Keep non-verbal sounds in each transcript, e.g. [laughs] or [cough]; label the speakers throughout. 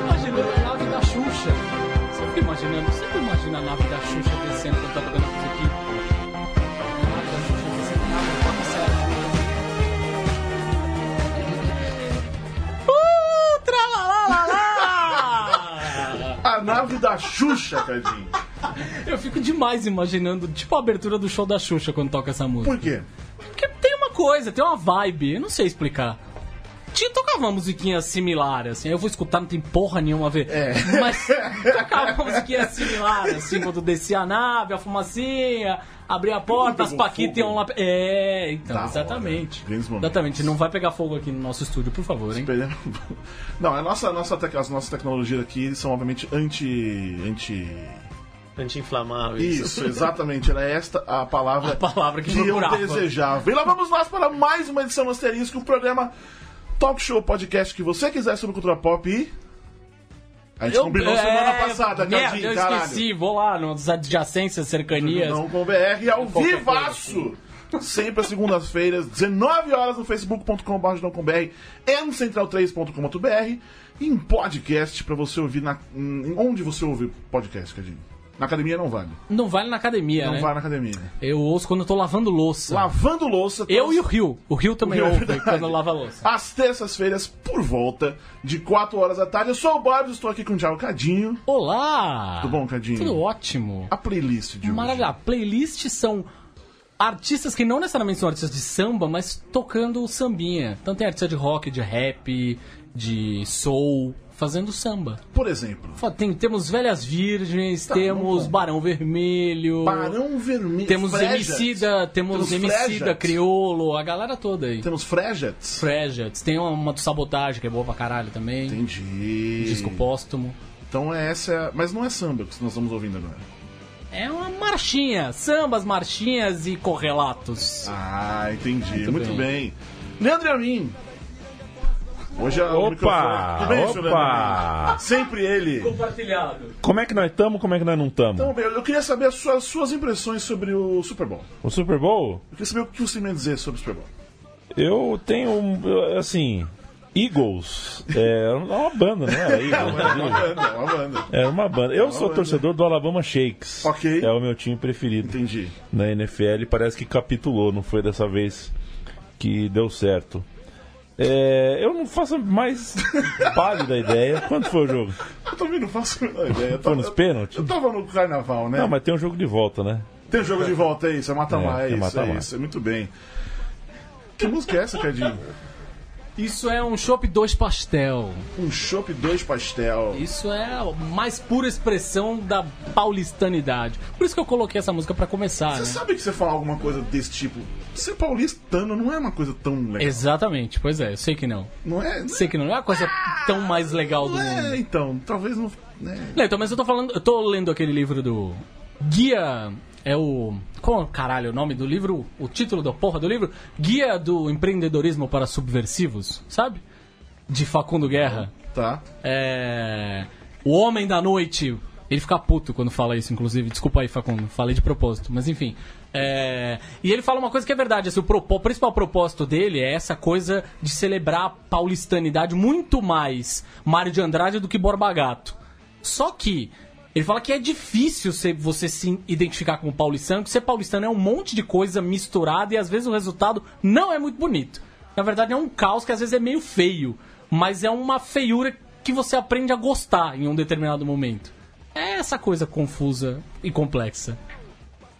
Speaker 1: tá
Speaker 2: a nave da Xuxa, Cadinho.
Speaker 1: Eu fico demais imaginando, tipo a abertura do show da Xuxa quando toca essa música.
Speaker 2: Por quê?
Speaker 1: Porque tem uma coisa, tem uma vibe, eu não sei explicar. Tinha, tocava uma musiquinha similar, assim, eu vou escutar, não tem porra nenhuma a ver.
Speaker 2: É.
Speaker 1: [laughs] Mas tocava uma musiquinha similar, assim, quando descia a nave, a fumacinha, abria a porta, as
Speaker 2: pegou um
Speaker 1: paquitas
Speaker 2: fogo?
Speaker 1: iam lá. É, então,
Speaker 2: Da hora,
Speaker 1: exatamente.
Speaker 2: né? Grandes momentos.
Speaker 1: exatamente, não vai pegar fogo aqui no nosso estúdio, por favor, hein?
Speaker 2: Perdendo- Não, a nossa, a nossa tec- as nossas tecnologias aqui são obviamente anti. anti.
Speaker 3: Anti-inflamável.
Speaker 2: Isso, exatamente. Era esta a palavra,
Speaker 1: A palavra que
Speaker 2: eu
Speaker 1: procurava.
Speaker 2: desejava. E lá vamos nós para mais uma edição do asterisco, um programa talk show podcast que você quiser sobre cultura pop e. A gente combinou semana passada,
Speaker 1: É, merda,
Speaker 2: Cadinho,
Speaker 1: eu
Speaker 2: caralho.
Speaker 1: esqueci, vou lá nas adjacências, cercanias.
Speaker 2: Não com BR ao
Speaker 1: Qualquer
Speaker 2: vivaço! Sempre às segundas-feiras, 19 horas no facebook.com.br não com BR, e no central3.com.br e em podcast pra você ouvir na, em- onde você ouve podcast, Cadinho. Na academia não vale.
Speaker 1: Não vale na academia,
Speaker 2: Não
Speaker 1: né?
Speaker 2: vai na academia.
Speaker 1: Eu ouço quando eu tô lavando louça.
Speaker 2: Lavando louça.
Speaker 1: Eu
Speaker 2: todas-
Speaker 1: e o Rio. O Rio também
Speaker 2: É
Speaker 1: ouve
Speaker 2: verdade.
Speaker 1: quando lava a louça.
Speaker 2: Às terças-feiras, por volta de 4 horas da tarde. Eu sou o Bob, estou aqui com o Thiago Cadinho.
Speaker 1: Olá!
Speaker 2: Tudo bom, Cadinho?
Speaker 1: Tudo ótimo.
Speaker 2: A playlist de hoje.
Speaker 1: Maravilha. A playlist são artistas que não necessariamente são artistas de samba, mas tocando sambinha. Então tem artista de rock, de rap, de soul, fazendo samba.
Speaker 2: Por exemplo,
Speaker 1: Fa- Tem, temos Velhas Virgens,
Speaker 2: Tá,
Speaker 1: temos
Speaker 2: vamos lá.
Speaker 1: Barão Vermelho,
Speaker 2: Barão Vermelho.
Speaker 1: temos
Speaker 2: Frejat.
Speaker 1: Emicida, temos,
Speaker 2: Temos
Speaker 1: Emicida,
Speaker 2: Frejat.
Speaker 1: Criolo, a galera toda aí.
Speaker 2: Temos Frejats.
Speaker 1: Frejats, tem uma, uma do Sabotagem, que é boa pra caralho também.
Speaker 2: Entendi.
Speaker 1: Disco póstumo.
Speaker 2: Então é essa. é a- Mas não é samba que nós estamos ouvindo agora.
Speaker 1: É uma marchinha, sambas, marchinhas e correlatos.
Speaker 2: Ah, entendi.
Speaker 1: Muito
Speaker 2: Muito,
Speaker 1: bem.
Speaker 2: bem. Leandro e a mim. Hoje é o microfone.
Speaker 4: Opa!
Speaker 2: Tudo bem, senhor Leandro e a
Speaker 4: Opa!
Speaker 2: mim? Sempre ele.
Speaker 1: Compartilhado.
Speaker 4: Como é que nós estamos, como é que nós não
Speaker 2: Então,
Speaker 4: estamos?
Speaker 2: bem, eu queria saber as suas, suas impressões sobre o Super Bowl.
Speaker 4: O Super Bowl,
Speaker 2: Eu queria saber o que você me dizer sobre o Super Bowl.
Speaker 4: eu tenho, um, eu, assim, Eagles. É era uma banda, não
Speaker 2: [laughs]
Speaker 4: era
Speaker 2: É uma
Speaker 4: Eagles?
Speaker 2: banda, é uma banda.
Speaker 4: Era uma banda. Eu sou
Speaker 2: É banda.
Speaker 4: torcedor do Alabama Shakes.
Speaker 2: Ok.
Speaker 4: É o meu time preferido
Speaker 2: Entendi.
Speaker 4: na NFL. Parece que capitulou, não foi dessa vez que deu certo. É, eu não faço
Speaker 2: [laughs]
Speaker 4: a mais pálida ideia. Quanto foi o jogo?
Speaker 2: Eu também não faço a menor ideia. Eu
Speaker 4: Foi nos
Speaker 2: tava-
Speaker 4: pênaltis?
Speaker 2: Eu tava no carnaval, né?
Speaker 4: Não, mas tem um jogo de volta, né?
Speaker 2: Tem jogo de volta, é isso. É mata-mata,
Speaker 4: É,
Speaker 2: é,
Speaker 4: é
Speaker 2: isso, é
Speaker 4: mata-mata.
Speaker 2: isso. É muito bem. Que música é essa, Cadinho?
Speaker 1: Isso é um chopp 2 pastel.
Speaker 2: Um chopp dois pastel.
Speaker 1: Isso é a mais pura expressão da paulistanidade. Por isso que eu coloquei essa música pra começar,
Speaker 2: Você
Speaker 1: né?
Speaker 2: sabe que você falar alguma coisa desse tipo? Ser paulistano não é uma coisa tão legal.
Speaker 1: Exatamente, pois é, eu sei que não.
Speaker 2: Não é?
Speaker 1: Sei que não é a coisa tão mais legal do
Speaker 2: não
Speaker 1: mundo.
Speaker 2: é, então. Talvez não. né?
Speaker 1: Não, então, mas eu tô falando, eu tô lendo aquele livro do Guia é o qual caralho é o nome do livro, o título da porra do livro, Guia do empreendedorismo para subversivos, sabe? De Facundo Guerra.
Speaker 2: Tá.
Speaker 1: É o homem da noite. Ele fica puto quando fala isso, inclusive. Desculpa aí, Facundo, falei de propósito, mas enfim. É, E ele fala uma coisa que é verdade, assim, o, propo- o principal propósito dele é essa coisa de celebrar a paulistanidade muito mais Mário de Andrade do que Borba Gato. Só que ele fala que é difícil você- você se identificar como paulistano, porque ser paulistano é um monte de coisa misturada e às vezes o resultado não é muito bonito. Na verdade, é um caos que às vezes é meio feio, mas é uma feiura que você aprende a gostar em um determinado momento. É essa coisa confusa e complexa.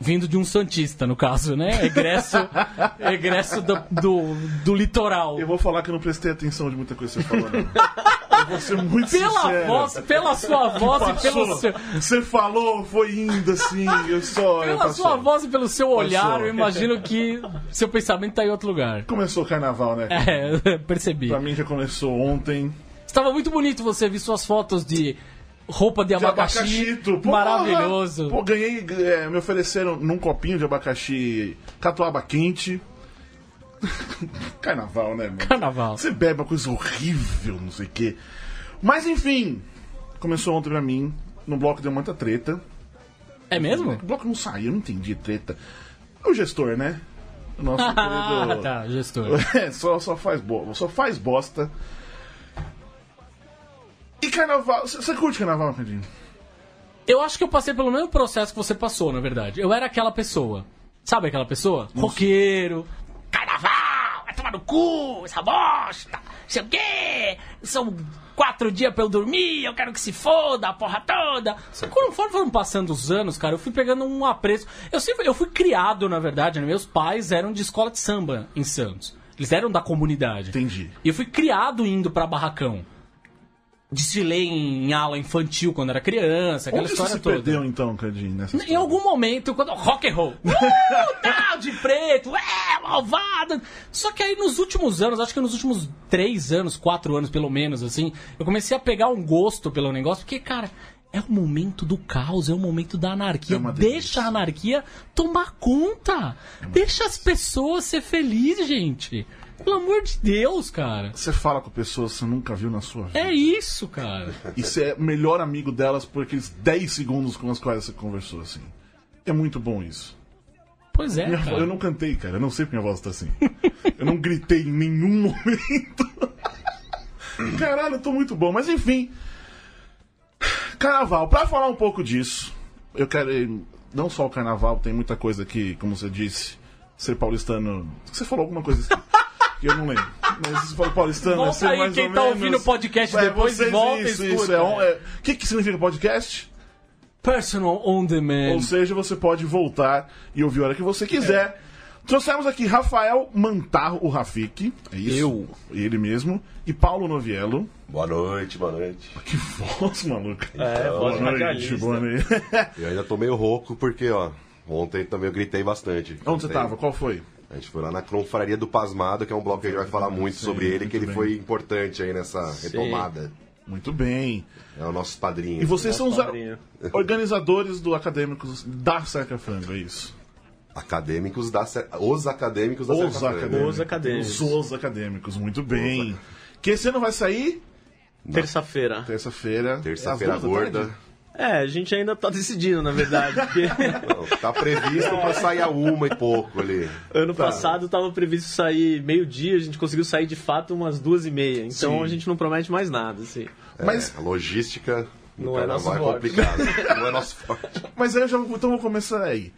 Speaker 1: Vindo de um Santista, no caso, né?
Speaker 2: [laughs]
Speaker 1: Egresso, egresso do, do, do litoral.
Speaker 2: Eu vou falar que eu não prestei atenção de muita coisa que você falou. não. eu vou ser
Speaker 1: [laughs]
Speaker 2: muito
Speaker 1: Pela
Speaker 2: sincero.
Speaker 1: voz, assim, pela sua voz e pelo
Speaker 2: Passou.
Speaker 1: seu.
Speaker 2: Você falou, foi indo assim, eu só. eu
Speaker 1: Pela
Speaker 2: passou.
Speaker 1: sua voz e pelo seu olhar,
Speaker 2: Passou.
Speaker 1: eu imagino
Speaker 2: [laughs]
Speaker 1: que seu pensamento tá em outro lugar.
Speaker 2: Começou o carnaval, né?
Speaker 1: É, [laughs] percebi.
Speaker 2: Pra mim já começou ontem.
Speaker 1: Estava muito bonito você ver suas fotos de roupa de
Speaker 2: De
Speaker 1: abacaxi.
Speaker 2: abacaxito. porra!
Speaker 1: maravilhoso.
Speaker 2: Pô, ganhei. é, me ofereceram num copinho de abacaxi catuaba quente. [laughs] Carnaval, né, mano?
Speaker 1: Carnaval.
Speaker 2: Você bebe uma coisa horrível, não sei o quê. Mas enfim, começou ontem pra mim. No bloco deu muita treta.
Speaker 1: É mesmo?
Speaker 2: O bloco não saiu, eu não entendi treta. O gestor, né? O nosso
Speaker 1: [laughs] Ah,
Speaker 2: querido.
Speaker 1: tá, gestor.
Speaker 2: [laughs] É, só, só, faz bo... só faz bosta. E carnaval. Você você curte carnaval, Candinho?
Speaker 1: Eu acho que eu passei pelo mesmo processo que você passou, na verdade. Eu era aquela pessoa. Sabe aquela pessoa? Roqueiro. Carnaval! Vai tomar no cu, essa bosta! sei o quê, são quatro dias pra eu dormir, eu quero que se foda a porra toda. Só que Conforme foram passando os anos, cara, eu fui pegando um apreço. Eu sempre, eu fui criado, na verdade, né? meus pais eram de escola de samba em Santos. Eles eram da comunidade.
Speaker 2: Entendi.
Speaker 1: E eu fui criado indo pra barracão. Desfilei em ala infantil quando era criança, aquela
Speaker 2: Onde você
Speaker 1: história
Speaker 2: se
Speaker 1: toda.
Speaker 2: perdeu, então, Candinho, nessa
Speaker 1: Em
Speaker 2: história?
Speaker 1: algum momento, quando. Rock and roll! Uh,
Speaker 2: [laughs]
Speaker 1: tal, de preto, é, malvada! Só que aí nos últimos anos, acho que nos últimos três anos, quatro anos pelo menos, assim, eu comecei a pegar um gosto pelo negócio, porque, cara, é o momento do caos, é o momento da anarquia.
Speaker 2: É uma delícia. É
Speaker 1: Deixa a anarquia tomar conta! Deixa as pessoas ser felizes, gente! Pelo amor de Deus, cara!
Speaker 2: Você fala com pessoas que você nunca viu na sua vida.
Speaker 1: É isso, cara!
Speaker 2: E você é o melhor amigo delas por aqueles 10 segundos com os quais você conversou, assim. É muito bom isso.
Speaker 1: Pois é,
Speaker 2: Minha vo-
Speaker 1: cara.
Speaker 2: Eu não cantei, cara. Eu não sei porque minha voz tá assim. Eu não gritei em nenhum [laughs] momento. Caralho, eu tô muito bom. Mas enfim. Carnaval. Pra falar um pouco disso, eu quero. Não só o carnaval, tem muita coisa que, como você disse, ser paulistano. Você falou alguma coisa assim. que eu não lembro. Mas você falou paulistano,
Speaker 1: Volta
Speaker 2: é ser
Speaker 1: aí,
Speaker 2: mais
Speaker 1: quem
Speaker 2: ou
Speaker 1: tá
Speaker 2: menos. É,
Speaker 1: ouvindo o podcast depois,
Speaker 2: vocês,
Speaker 1: volta e
Speaker 2: isso,
Speaker 1: escuta.
Speaker 2: Isso, é, on- é- O que, que significa podcast?
Speaker 1: Personal on demand.
Speaker 2: Ou seja, você pode voltar e ouvir a hora que você quiser. Trouxemos aqui Rafael Mantarro, o Rafik. É isso?
Speaker 5: Eu.
Speaker 2: Ele mesmo. E Paulo Noviello. [laughs]
Speaker 5: Boa noite, boa noite.
Speaker 2: Que voz, maluco.
Speaker 3: É, voz radialista.
Speaker 2: boa noite. [laughs]
Speaker 5: Eu ainda tô meio rouco porque, ó, ontem também eu gritei bastante.
Speaker 2: Onde você
Speaker 5: Ontem
Speaker 2: tava? Qual foi?
Speaker 5: A gente foi lá na Confraria do Pasmado, que é um bloco que a gente vai falar muito sobre ele, que ele
Speaker 2: Ah, bem.
Speaker 5: foi importante aí nessa retomada.
Speaker 2: Muito bem.
Speaker 5: É o nosso padrinho.
Speaker 2: E vocês são os a-
Speaker 3: padrinho.
Speaker 2: organizadores do Acadêmicos da Cerca Frango, é isso?
Speaker 5: Acadêmicos da Cer- Os acadêmicos da
Speaker 2: Os
Speaker 5: Cercafranga.
Speaker 2: acadêmicos.
Speaker 3: Os acadêmicos.
Speaker 2: Os acadêmicos, muito bem. Que esse ano vai sair
Speaker 3: [laughs] Terça-feira.
Speaker 2: terça-feira.
Speaker 5: Terça-feira
Speaker 2: às duas da
Speaker 5: gorda.
Speaker 2: tarde?
Speaker 3: É, a gente ainda tá decidindo, na
Speaker 5: [laughs]
Speaker 3: verdade. Porque
Speaker 5: Não, tá previsto pra sair a uma e pouco ali.
Speaker 3: ano
Speaker 5: Tá.
Speaker 3: passado tava previsto sair meio-dia, a gente conseguiu sair de fato umas duas e meia. Então
Speaker 2: Sim.
Speaker 3: a gente não promete mais nada, assim.
Speaker 5: É,
Speaker 2: Mas-
Speaker 5: a logística do
Speaker 3: Não é
Speaker 5: carnaval
Speaker 3: nosso
Speaker 5: é
Speaker 3: forte.
Speaker 2: [laughs]
Speaker 5: complicada. Não é nosso forte.
Speaker 2: Mas aí eu já vou, então vou começar aí.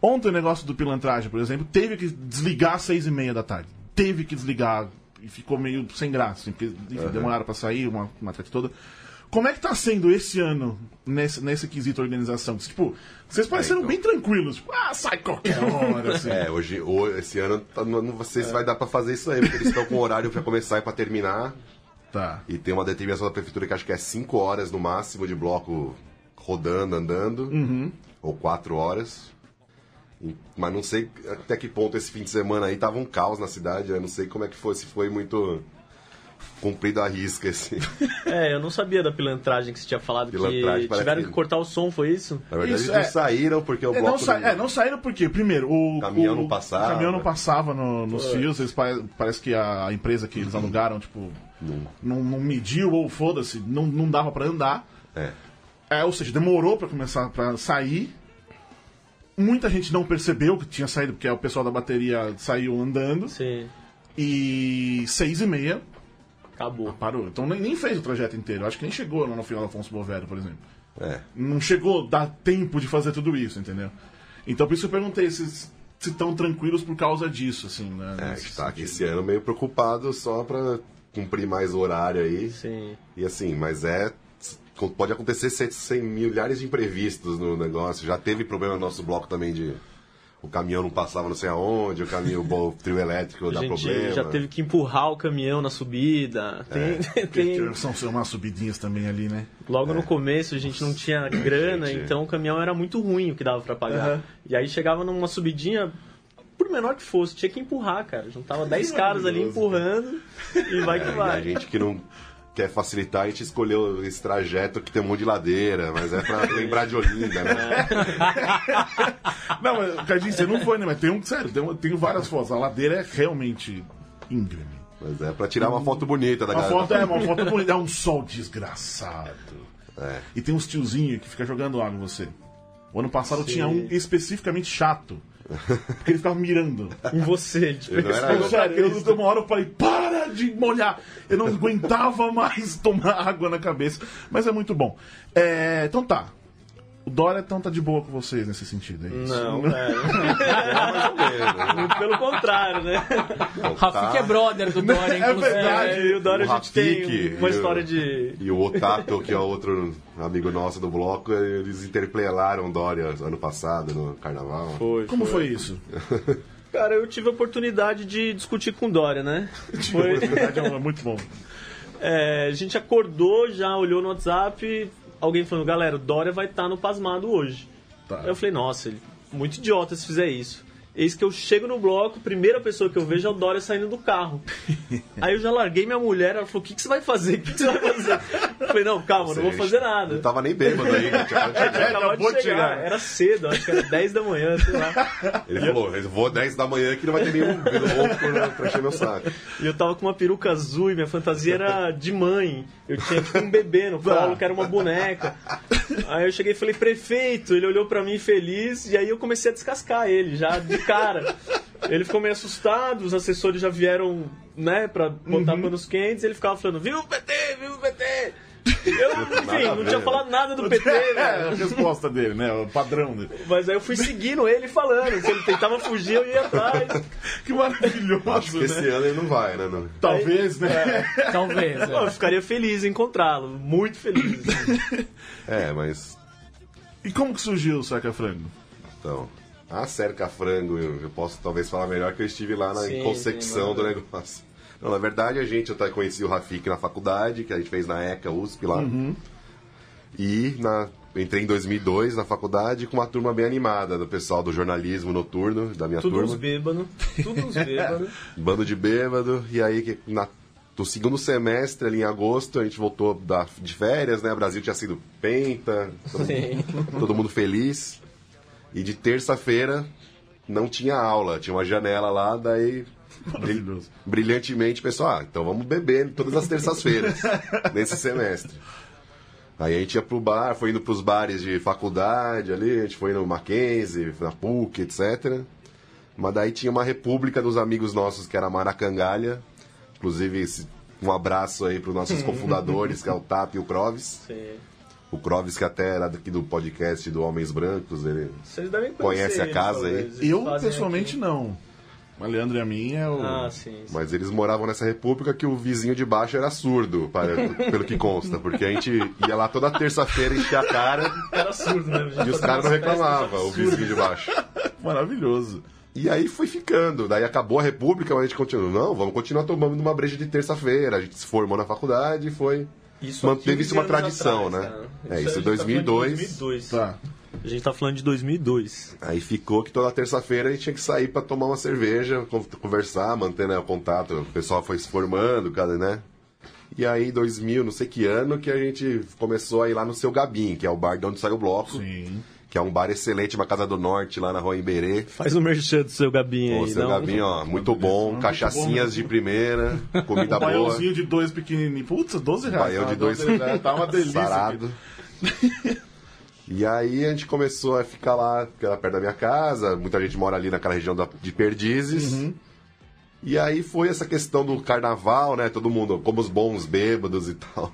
Speaker 2: Ontem o negócio do pilantragem, por exemplo, teve que desligar às seis e meia da tarde. Teve que desligar e ficou meio sem graça, assim, porque enfim, demoraram pra sair, uma, uma treta toda. Como é que tá sendo esse ano nesse, nesse quesito organização? Tipo, vocês pareceram
Speaker 5: então.
Speaker 2: bem tranquilos, tipo, ah, sai qualquer hora, assim.
Speaker 5: [laughs] É, hoje, ho- esse ano, tá- não, não sei
Speaker 2: É.
Speaker 5: se vai dar pra fazer isso aí, porque eles estão com horário pra começar e pra terminar.
Speaker 2: Tá.
Speaker 5: E tem uma determinação da prefeitura que acho que é 5 horas no máximo de bloco rodando, andando.
Speaker 2: Uhum.
Speaker 5: Ou 4 horas. E- Mas não sei até que ponto esse fim de semana aí tava um caos na cidade. Eu não sei como é que foi, se foi muito cumprido a risca assim. esse.
Speaker 3: É, eu não sabia da pilantragem que você tinha falado
Speaker 5: Pilantragem,
Speaker 3: que
Speaker 5: parece
Speaker 3: tiveram
Speaker 5: que-
Speaker 3: que cortar o som, foi isso?
Speaker 5: Na verdade,
Speaker 2: Isso,
Speaker 5: eles não
Speaker 2: é.
Speaker 5: saíram porque o
Speaker 2: É,
Speaker 5: bloco.
Speaker 2: não, sa-
Speaker 5: não-
Speaker 2: é, não saíram porque, primeiro, o
Speaker 5: Caminhão
Speaker 2: o-
Speaker 5: não passava.
Speaker 2: o caminhão não passava no- nos fios, eles pare- parece que a empresa que
Speaker 5: Uhum.
Speaker 2: eles alugaram, tipo, não, não mediu ou foda-se, não, não dava pra andar.
Speaker 5: É.
Speaker 2: É, ou seja, demorou pra começar pra sair. Muita gente não percebeu que tinha saído, porque o pessoal da bateria saiu andando.
Speaker 3: Sim.
Speaker 2: E seis e meia
Speaker 3: Acabou.
Speaker 2: parou. Então nem, nem fez o trajeto inteiro. Acho que nem chegou lá no final do Afonso Bovério, por exemplo.
Speaker 5: É.
Speaker 2: Não chegou a dar tempo de fazer tudo isso, entendeu? Então por isso que eu perguntei se se estão tranquilos por causa disso, assim, né?
Speaker 5: É, a
Speaker 2: Nesse
Speaker 5: gente tá aqui esse
Speaker 2: sentido.
Speaker 5: ano meio preocupado só pra cumprir mais o horário aí.
Speaker 3: Sim.
Speaker 5: E assim, mas é. Pode acontecer cem- cem milhares de imprevistos no negócio. Já teve problema no nosso bloco também de. O caminhão não passava não sei aonde, o caminho, o trio elétrico dá
Speaker 3: a gente
Speaker 5: problema. É,
Speaker 3: já teve que empurrar o caminhão na subida. Tem, [laughs] tem...
Speaker 2: Porque São são umas subidinhas também ali, né?
Speaker 3: Logo
Speaker 5: É.
Speaker 3: no começo a gente não
Speaker 5: [coughs]
Speaker 3: tinha grana,
Speaker 5: Gente.
Speaker 3: então o caminhão era muito ruim o que dava pra pagar. E aí chegava numa subidinha, por menor que fosse, tinha que empurrar, cara. Juntava 10 caras ali empurrando e vai que
Speaker 5: É, e a
Speaker 3: vai.
Speaker 5: gente que não quer facilitar, a gente escolheu esse trajeto que tem um monte de ladeira, mas é
Speaker 3: [laughs]
Speaker 5: pra lembrar de Olinda, né?
Speaker 3: É.
Speaker 2: Não, mas, Cardinho, você não foi, né? Mas tem um, sério, tem, um- tem várias fotos. A ladeira é realmente íngreme.
Speaker 5: Mas é pra tirar uma foto bonita da
Speaker 2: Uma
Speaker 5: galera.
Speaker 2: foto é uma foto bonita, é um sol desgraçado.
Speaker 5: É.
Speaker 2: E tem uns tiozinhos que fica jogando água em você. O ano passado tinha um especificamente chato. Porque ele ficava mirando.
Speaker 3: Em você, tipo,
Speaker 5: Ele não era
Speaker 2: Eu,
Speaker 5: eu.
Speaker 2: sério, eu, eu, uma hora eu falei, para de molhar! Eu não [laughs] aguentava mais tomar água na cabeça. Mas é muito bom. É, então tá. O Dória então tá de boa com vocês nesse sentido, é isso?
Speaker 3: Não,
Speaker 5: [laughs]
Speaker 3: é. Muito pelo contrário, né?
Speaker 5: Tá.
Speaker 1: Rafik é brother do Dória,
Speaker 2: [laughs] É
Speaker 1: inclusive.
Speaker 2: verdade.
Speaker 3: É, eu e o Dória,
Speaker 5: O
Speaker 3: a gente tem
Speaker 5: Rafiki,
Speaker 3: uma
Speaker 5: eu-
Speaker 3: história de...
Speaker 5: E o Otato, que é outro amigo nosso do bloco, eles interpelaram Dória ano passado no carnaval.
Speaker 3: Foi,
Speaker 2: Como foi isso?
Speaker 3: Cara, eu tive a oportunidade de discutir com o Dória,
Speaker 5: [laughs]
Speaker 3: né? Foi...
Speaker 2: Na verdade, é muito
Speaker 3: [laughs]
Speaker 2: bom.
Speaker 3: É, a gente acordou, já olhou no WhatsApp, alguém falando, galera, o Dória vai estar no pasmado hoje.
Speaker 2: Tá.
Speaker 3: Aí Eu falei, nossa, ele- muito idiota se fizer isso. Eis que eu chego no bloco, primeira pessoa que eu vejo é o Dória saindo do carro. Aí eu já larguei minha mulher, ela falou, o que, que você vai fazer? O que, que você vai fazer? Eu falei, não, calma, não vou fazer nada.
Speaker 5: Não tava nem bêbado ainda.
Speaker 3: [laughs]
Speaker 5: tinha acabado de chegar.
Speaker 2: É,
Speaker 3: Acabou
Speaker 2: acabou de chegar.
Speaker 3: Era cedo, acho que era 10 da manhã, sei lá.
Speaker 5: Ele falou, eu vou 10 da manhã que não vai ter nenhum louco pra- pra encher meu saco.
Speaker 3: E eu tava com uma peruca azul e minha fantasia era de mãe. Eu tinha tipo um bebê no colo, que era uma boneca. Aí eu cheguei e falei, prefeito. Ele olhou pra mim feliz e aí eu comecei a descascar ele já de cara. Ele ficou meio assustado, os assessores já vieram, né, pra botar
Speaker 5: Uhum.
Speaker 3: panos quentes. Ele ficava falando, viu o PT, viu o PT. Eu,
Speaker 5: [laughs] Nada a
Speaker 3: enfim, não
Speaker 5: ver,
Speaker 3: tinha
Speaker 5: né?
Speaker 3: falado nada do PT,
Speaker 5: [laughs]
Speaker 3: velho.
Speaker 2: É, a resposta dele, né? O padrão dele.
Speaker 3: Mas aí eu fui seguindo ele falando. Se ele tentava fugir, eu ia atrás.
Speaker 2: Que
Speaker 5: Acho
Speaker 2: maravilhoso,
Speaker 5: que
Speaker 3: é-
Speaker 5: esse
Speaker 2: né?
Speaker 5: ano ele não vai, né? Não.
Speaker 2: Talvez, né?
Speaker 1: Talvez.
Speaker 3: Pô, eu
Speaker 1: é.
Speaker 3: ficaria feliz em encontrá-lo, muito feliz. assim.
Speaker 5: É, mas.
Speaker 2: [laughs] E como que surgiu o Saca Frango?
Speaker 5: Então. A cerca frango, eu, eu posso talvez falar melhor que eu estive lá na
Speaker 3: Sim,
Speaker 5: concepção
Speaker 3: sim,
Speaker 5: do negócio. Não, na verdade, a gente, eu até conheci o Rafik na faculdade, que a gente fez na ECA, USP lá.
Speaker 3: Uhum.
Speaker 5: E na, entrei em 2002 na faculdade com uma turma bem animada, do pessoal do jornalismo noturno, da minha
Speaker 3: Tudo
Speaker 5: turma.
Speaker 3: uns bêbados. Tudo uns
Speaker 5: [laughs]
Speaker 3: bêbados.
Speaker 5: Bando de bêbado. E aí, que na, no segundo semestre, ali em agosto, a gente voltou da, de férias, né? O Brasil tinha sido penta, todo, mundo- todo mundo feliz. E de terça-feira não tinha aula, tinha uma janela lá, daí.
Speaker 2: Maravilhoso.
Speaker 5: Brilhantemente, pessoal, ah, então vamos beber todas as terças-feiras nesse semestre. Aí a gente ia pro bar, foi indo pros bares de faculdade ali, a gente foi no Mackenzie, na PUC, etc. Mas daí tinha uma república dos amigos nossos, que era Maracangalha. Inclusive, esse- um abraço aí pros nossos cofundadores, que é o Tap e o Crovis.
Speaker 3: Sim.
Speaker 5: O Crovis, que até era daqui do podcast do Homens Brancos, ele...
Speaker 3: Vocês devem conhecer.
Speaker 5: Conhece a
Speaker 3: eles,
Speaker 5: casa aí?
Speaker 3: talvez. Eles
Speaker 2: Eu,
Speaker 3: fazem
Speaker 2: pessoalmente,
Speaker 3: aqui.
Speaker 2: não. A Leandro e a mim é o...
Speaker 3: Ah, sim. sim.
Speaker 5: Mas eles moravam nessa república que o vizinho de baixo era surdo, para- pelo que consta. Porque a gente ia lá toda terça-feira, encher a cara,
Speaker 3: Era surdo, né? A gente
Speaker 5: e
Speaker 3: fazia
Speaker 5: os caras
Speaker 3: umas festas
Speaker 5: não reclamavam, o
Speaker 3: absurdas.
Speaker 5: vizinho de baixo.
Speaker 2: Maravilhoso.
Speaker 5: E aí foi ficando. Daí acabou a República, mas a gente continuou. Não, vamos continuar tomando uma breja de terça-feira. A gente se formou na faculdade e foi.
Speaker 3: Isso há
Speaker 5: Manteve
Speaker 3: 15
Speaker 5: isso uma
Speaker 3: anos
Speaker 5: tradição,
Speaker 3: atrás,
Speaker 5: né?
Speaker 3: cara.
Speaker 5: É,
Speaker 3: a
Speaker 5: isso
Speaker 3: gente tá falando de
Speaker 5: 2002.
Speaker 3: 2002.
Speaker 2: Tá.
Speaker 3: A gente tá falando de 2002.
Speaker 5: Aí ficou que toda terça-feira a gente tinha que sair pra tomar uma cerveja, con- conversar, manter né, o contato. O pessoal foi se formando, cara, né? E aí, em 2000, não sei que ano, que a gente começou a ir lá no Seu Gabim, que é o bar de onde sai o bloco.
Speaker 2: Sim.
Speaker 5: Que é um bar excelente, uma casa do norte, lá na Rua Imberê.
Speaker 3: Faz o merchan do seu Gabinho
Speaker 5: Ô,
Speaker 3: aí,
Speaker 5: Seu
Speaker 3: não?
Speaker 5: Gabim, ó, muito bom.
Speaker 2: bom,
Speaker 5: cachaçinhas de primeira, comida
Speaker 2: [laughs] Um
Speaker 5: Tá boa.
Speaker 2: baiãozinho de dois pequenininho. Putz, 12 reais.
Speaker 5: Baião
Speaker 2: tá?
Speaker 5: de dois
Speaker 2: 12
Speaker 5: [laughs]
Speaker 2: reais, Tá uma delícia.
Speaker 5: Sarado. E aí a gente começou a ficar lá, que era perto da minha casa, muita gente mora ali naquela região da- de Perdizes. E aí foi essa questão do carnaval, né? Todo mundo, como os bons bêbados e tal.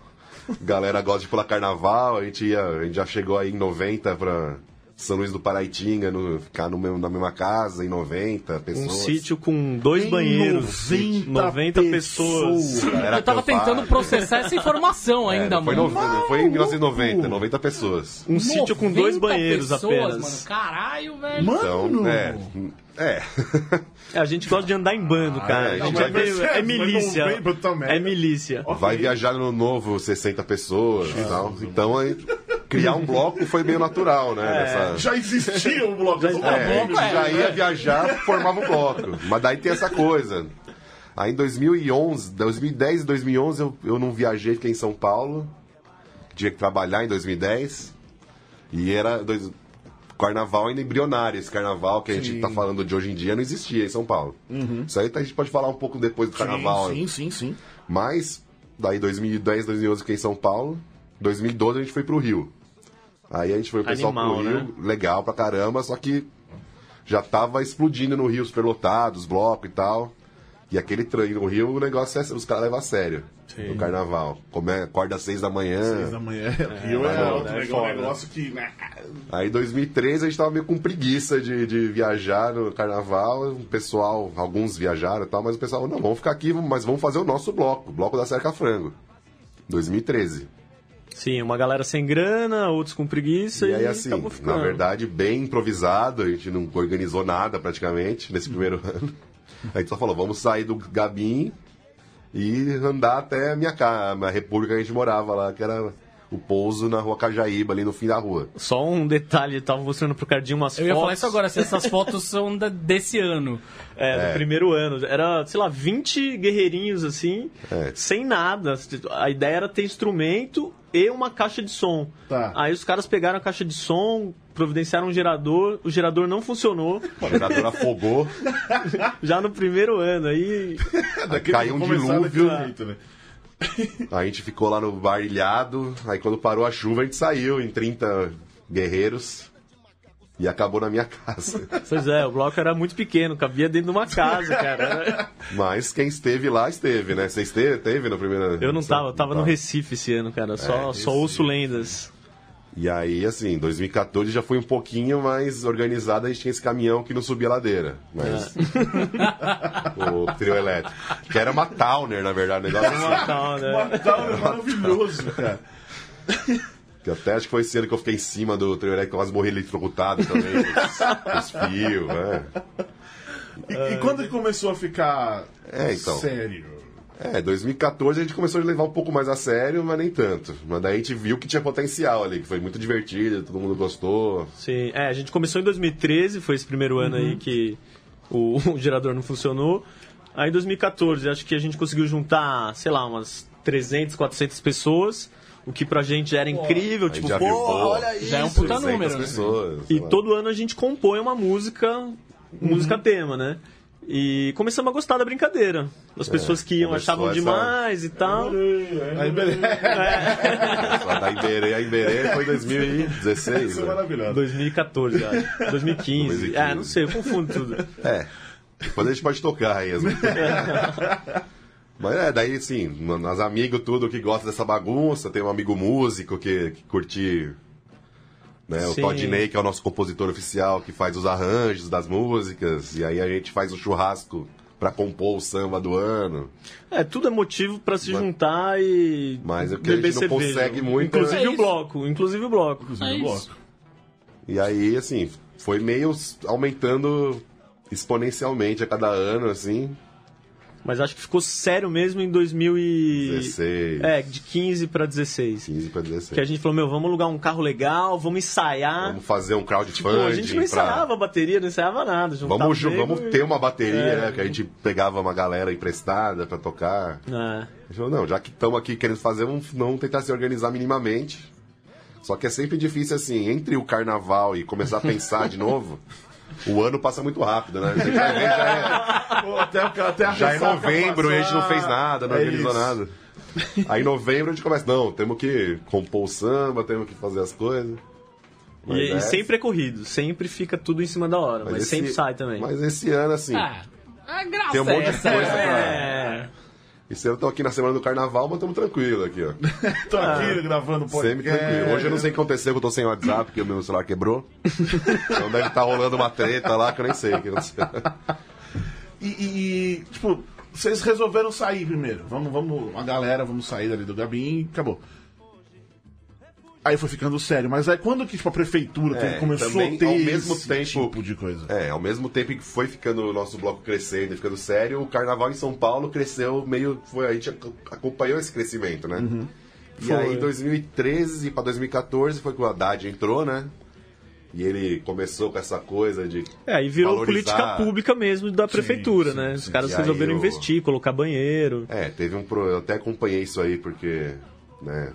Speaker 5: Galera gosta de pular carnaval, a gente, ia, a gente já chegou aí em 90 pra São Luís do Paraitinga, no- ficar no mesmo- na mesma casa, em 90
Speaker 3: Um
Speaker 5: é pessoas.
Speaker 3: sítio com dois
Speaker 2: Em
Speaker 3: banheiros.
Speaker 2: 90
Speaker 3: pessoas.
Speaker 2: pessoas.
Speaker 5: Era
Speaker 1: Eu tava
Speaker 5: acampar.
Speaker 1: tentando processar essa informação
Speaker 5: É,
Speaker 1: ainda,
Speaker 5: foi,
Speaker 1: mano.
Speaker 5: no- foi em 1990, 90 pessoas.
Speaker 3: Um sítio com dois
Speaker 1: 90
Speaker 3: banheiros
Speaker 1: pessoas,
Speaker 3: apenas.
Speaker 1: Mano, caralho, velho.
Speaker 5: Então,
Speaker 2: Mano!
Speaker 5: é. É.
Speaker 3: É, a gente gosta de andar em bando, cara.
Speaker 5: é,
Speaker 3: A gente
Speaker 5: mas
Speaker 3: é, meio-
Speaker 2: é,
Speaker 3: é
Speaker 2: mas
Speaker 3: milícia.
Speaker 2: não vem pra tua merda.
Speaker 3: É milícia.
Speaker 5: Vai viajar no novo 60 pessoas e tal. Então, aí, criar um bloco foi meio natural, né? Nessa...
Speaker 2: É. Já existia um bloco.
Speaker 3: Já-
Speaker 2: uma
Speaker 5: É, a
Speaker 2: bomba.
Speaker 5: gente já ia viajar, formava um bloco. Mas daí tem essa coisa. Aí em 2011, 2010 e 2011 eu, eu não viajei, fiquei em São Paulo. Tinha que trabalhar em 2010. E era dois... carnaval ainda embrionário. Esse carnaval que a gente
Speaker 2: Sim. Uhum.
Speaker 5: tá falando de hoje em dia não existia em São Paulo. Isso aí a gente pode falar um pouco depois do carnaval.
Speaker 2: Sim, sim, sim. sim.
Speaker 5: Mas, daí 2010, 2011 fiquei em São Paulo. 2012 a gente foi pro Rio. Aí a gente foi o pessoal
Speaker 3: Animal,
Speaker 5: pro Rio, legal pra caramba, só que já tava explodindo no Rio, superlotado, os blocos e tal. E aquele trem no Rio, o negócio é. Os caras levam a sério. No carnaval. Come, acorda às seis da manhã.
Speaker 2: Seis da manhã. Rio é,
Speaker 5: vai não,
Speaker 2: outro
Speaker 3: né?
Speaker 2: negócio,
Speaker 3: Foda.
Speaker 2: negócio que. né,
Speaker 5: Aí em 2003 a gente tava meio com preguiça de, de viajar no carnaval. O pessoal, alguns viajaram e tal, mas o pessoal, não, vamos ficar aqui, mas vamos fazer o nosso bloco, o bloco da Cerca Frango. 2013.
Speaker 3: Sim, uma galera sem grana, outros com preguiça e,
Speaker 5: E aí, assim,
Speaker 3: acabou ficando.
Speaker 5: na verdade, bem improvisado, a gente não organizou nada praticamente nesse primeiro [laughs] ano. A gente só falou, vamos sair do Gabim e andar até a minha casa, a república que a gente morava lá, que era o pouso na rua Cajaíba, ali no fim da rua.
Speaker 3: Só um detalhe, eu tava mostrando pro Cardinho umas
Speaker 1: Eu
Speaker 3: fotos.
Speaker 1: ia falar isso agora, se essas fotos são da- desse ano.
Speaker 3: É, do primeiro ano. Era, sei lá, 20 guerreirinhos assim,
Speaker 5: É.
Speaker 3: sem nada. A ideia era ter instrumento e uma caixa de som.
Speaker 2: Tá.
Speaker 3: Aí os caras pegaram a caixa de som, providenciaram um gerador, o gerador não funcionou
Speaker 5: A
Speaker 3: [laughs]
Speaker 5: geradora afogou,
Speaker 3: já no primeiro ano. Aí
Speaker 2: daquele
Speaker 5: caiu um
Speaker 2: começar
Speaker 5: dilúvio.
Speaker 2: daquele jeito, né?
Speaker 5: a gente ficou lá no bar ilhado, aí quando parou a chuva a gente saiu em 30 guerreiros e acabou na minha [laughs] casa.
Speaker 3: Pois é, o bloco era muito pequeno, cabia dentro de uma casa, cara. Era-
Speaker 5: Mas quem esteve lá, esteve, né? Você esteve, teve na primeira...
Speaker 3: Eu não tava, eu tava no
Speaker 5: Tá. É,
Speaker 3: Recife esse ano, cara. Só,
Speaker 5: Recife.
Speaker 3: só ouço lendas.
Speaker 5: E aí, assim, 2014 já foi um pouquinho mais organizado, a gente tinha esse caminhão que não subia a ladeira, mas...
Speaker 3: É.
Speaker 5: [laughs] o trio elétrico. Que era uma Towner, na verdade, o negócio assim.
Speaker 3: Natal, né?
Speaker 2: Natal é
Speaker 5: [laughs]
Speaker 2: maravilhoso, cara.
Speaker 5: Que até acho que foi esse ano que eu fiquei em cima do trio elétrico, quase morri eletrocutado também, com os fios, né?
Speaker 2: E, e quando que começou a ficar
Speaker 5: É, então.
Speaker 2: sério?
Speaker 5: É, 2014 a gente começou a levar um pouco mais a sério, mas nem tanto. Mas daí a gente viu que tinha potencial ali, que foi muito divertido, todo mundo gostou.
Speaker 3: Sim, é, a gente começou em 2013, foi esse primeiro ano aí que o, [laughs] o gerador não funcionou. Aí em 2014, acho que a gente conseguiu juntar, sei lá, umas 300, 400 pessoas, o que pra gente era incrível,
Speaker 5: Aí
Speaker 3: tipo,
Speaker 5: já
Speaker 3: pô,
Speaker 5: viu, pô,
Speaker 3: olha aí.
Speaker 1: Já é um puta
Speaker 5: 300
Speaker 1: número, né?
Speaker 5: pessoas, sei
Speaker 3: E
Speaker 5: lá.
Speaker 3: todo ano a gente compõe uma música, música tema, né? E começamos a gostar da brincadeira. As pessoas que iam
Speaker 5: É, começou
Speaker 3: achavam
Speaker 5: essa- Uhum.
Speaker 3: demais e tal.
Speaker 5: É,
Speaker 2: Aí, beleza.
Speaker 5: Só da Iberê, a Iberê foi em 2016.
Speaker 2: Isso é
Speaker 5: né?
Speaker 2: maravilhoso.
Speaker 3: 2014, acho.
Speaker 5: [laughs]
Speaker 3: 2015. É, não sei, eu confundo tudo.
Speaker 5: É. Depois a gente pode tocar aí. as- [laughs] Mas é, daí assim, nas amigos tudo que gosta dessa bagunça, tem um amigo músico que, que curte né, o
Speaker 3: Sim.
Speaker 5: Todd Ney, que é o nosso compositor oficial, que faz os arranjos das músicas, e aí a gente faz o churrasco pra compor o samba do ano.
Speaker 3: É, tudo é motivo pra se juntar e.
Speaker 5: Mas é porque a
Speaker 3: beber
Speaker 5: gente não
Speaker 3: cerveja.
Speaker 5: consegue muito,
Speaker 3: Inclusive
Speaker 1: né? É
Speaker 3: o
Speaker 1: isso.
Speaker 3: bloco, inclusive o bloco.
Speaker 1: É isso.
Speaker 5: E aí, assim, foi meio aumentando exponencialmente a cada ano, assim.
Speaker 3: Mas acho que ficou sério mesmo em 2000 e...
Speaker 5: 16.
Speaker 3: É, de 15 pra 16.
Speaker 5: 15 pra 16.
Speaker 3: Que a gente falou, meu, vamos alugar um carro legal, vamos ensaiar.
Speaker 5: Vamos fazer um
Speaker 3: Pô,
Speaker 5: crowdfunding.
Speaker 3: Tipo, a gente não tá
Speaker 5: pra-
Speaker 3: ensaiava bateria, não ensaiava nada. juntava
Speaker 5: Vamos, ju-
Speaker 3: nego
Speaker 5: vamos
Speaker 3: e-
Speaker 5: ter uma bateria, né? Que a gente pegava uma galera emprestada pra tocar.
Speaker 3: É.
Speaker 5: A gente falou, não, já que estamos aqui querendo fazer, vamos, vamos tentar se organizar minimamente. Só que é sempre difícil, assim, entre o carnaval e começar a pensar de novo, o ano passa muito
Speaker 3: [laughs]
Speaker 5: rápido, né? Você vai ver, já é,
Speaker 2: Pô, até, até a
Speaker 5: já é
Speaker 3: tá
Speaker 2: ressaca
Speaker 5: novembro e a gente não
Speaker 2: passar.
Speaker 5: fez nada, não
Speaker 2: É
Speaker 5: organizou
Speaker 2: isso.
Speaker 5: nada. Aí em novembro a gente começa, não, temos que compor o samba, temos que fazer as coisas. Mas
Speaker 3: E,
Speaker 5: é-
Speaker 3: e sempre é corrido, sempre fica tudo em cima da hora, mas,
Speaker 5: esse-
Speaker 3: sempre sai também.
Speaker 5: Mas esse ano, assim,
Speaker 1: Ah, a graça
Speaker 5: Tem um monte
Speaker 1: é
Speaker 5: de
Speaker 1: essa.
Speaker 5: coisa
Speaker 1: é.
Speaker 3: É.
Speaker 5: esse ano eu tô aqui na semana do carnaval, mas estamos tranquilo aqui, ó.
Speaker 2: Tô aqui gravando podcast.
Speaker 5: Sempre tranquilo.
Speaker 3: é.
Speaker 5: Hoje eu não sei o que aconteceu, que eu tô sem WhatsApp, que o meu celular quebrou. Então deve estar rolando uma treta lá que eu nem sei o que aconteceu.
Speaker 2: E, e- e, tipo, vocês resolveram sair primeiro. Vamos, vamos, a galera, vamos sair dali do Gabim e acabou. Aí foi ficando sério. Mas aí quando que tipo, a prefeitura teve-
Speaker 5: É,
Speaker 2: começou a
Speaker 5: também,
Speaker 2: ter
Speaker 5: ao mesmo
Speaker 2: esse
Speaker 5: tempo-
Speaker 2: tipo de coisa?
Speaker 5: É, ao mesmo tempo em que foi ficando o nosso bloco crescendo e ficando sério, o carnaval em São Paulo cresceu meio. Foi, a gente ac- acompanhou esse crescimento, né? E
Speaker 3: Uhum. Foi.
Speaker 5: aí, 2013 pra 2014 foi que o Haddad entrou, né? E ele começou com essa coisa de.
Speaker 3: É, e virou
Speaker 5: valorizar-
Speaker 3: política pública mesmo da prefeitura, né? Os caras
Speaker 5: E aí
Speaker 3: resolveram
Speaker 5: o-
Speaker 3: investir, colocar banheiro.
Speaker 5: É, teve um. pro- Eu até acompanhei isso aí porque, né,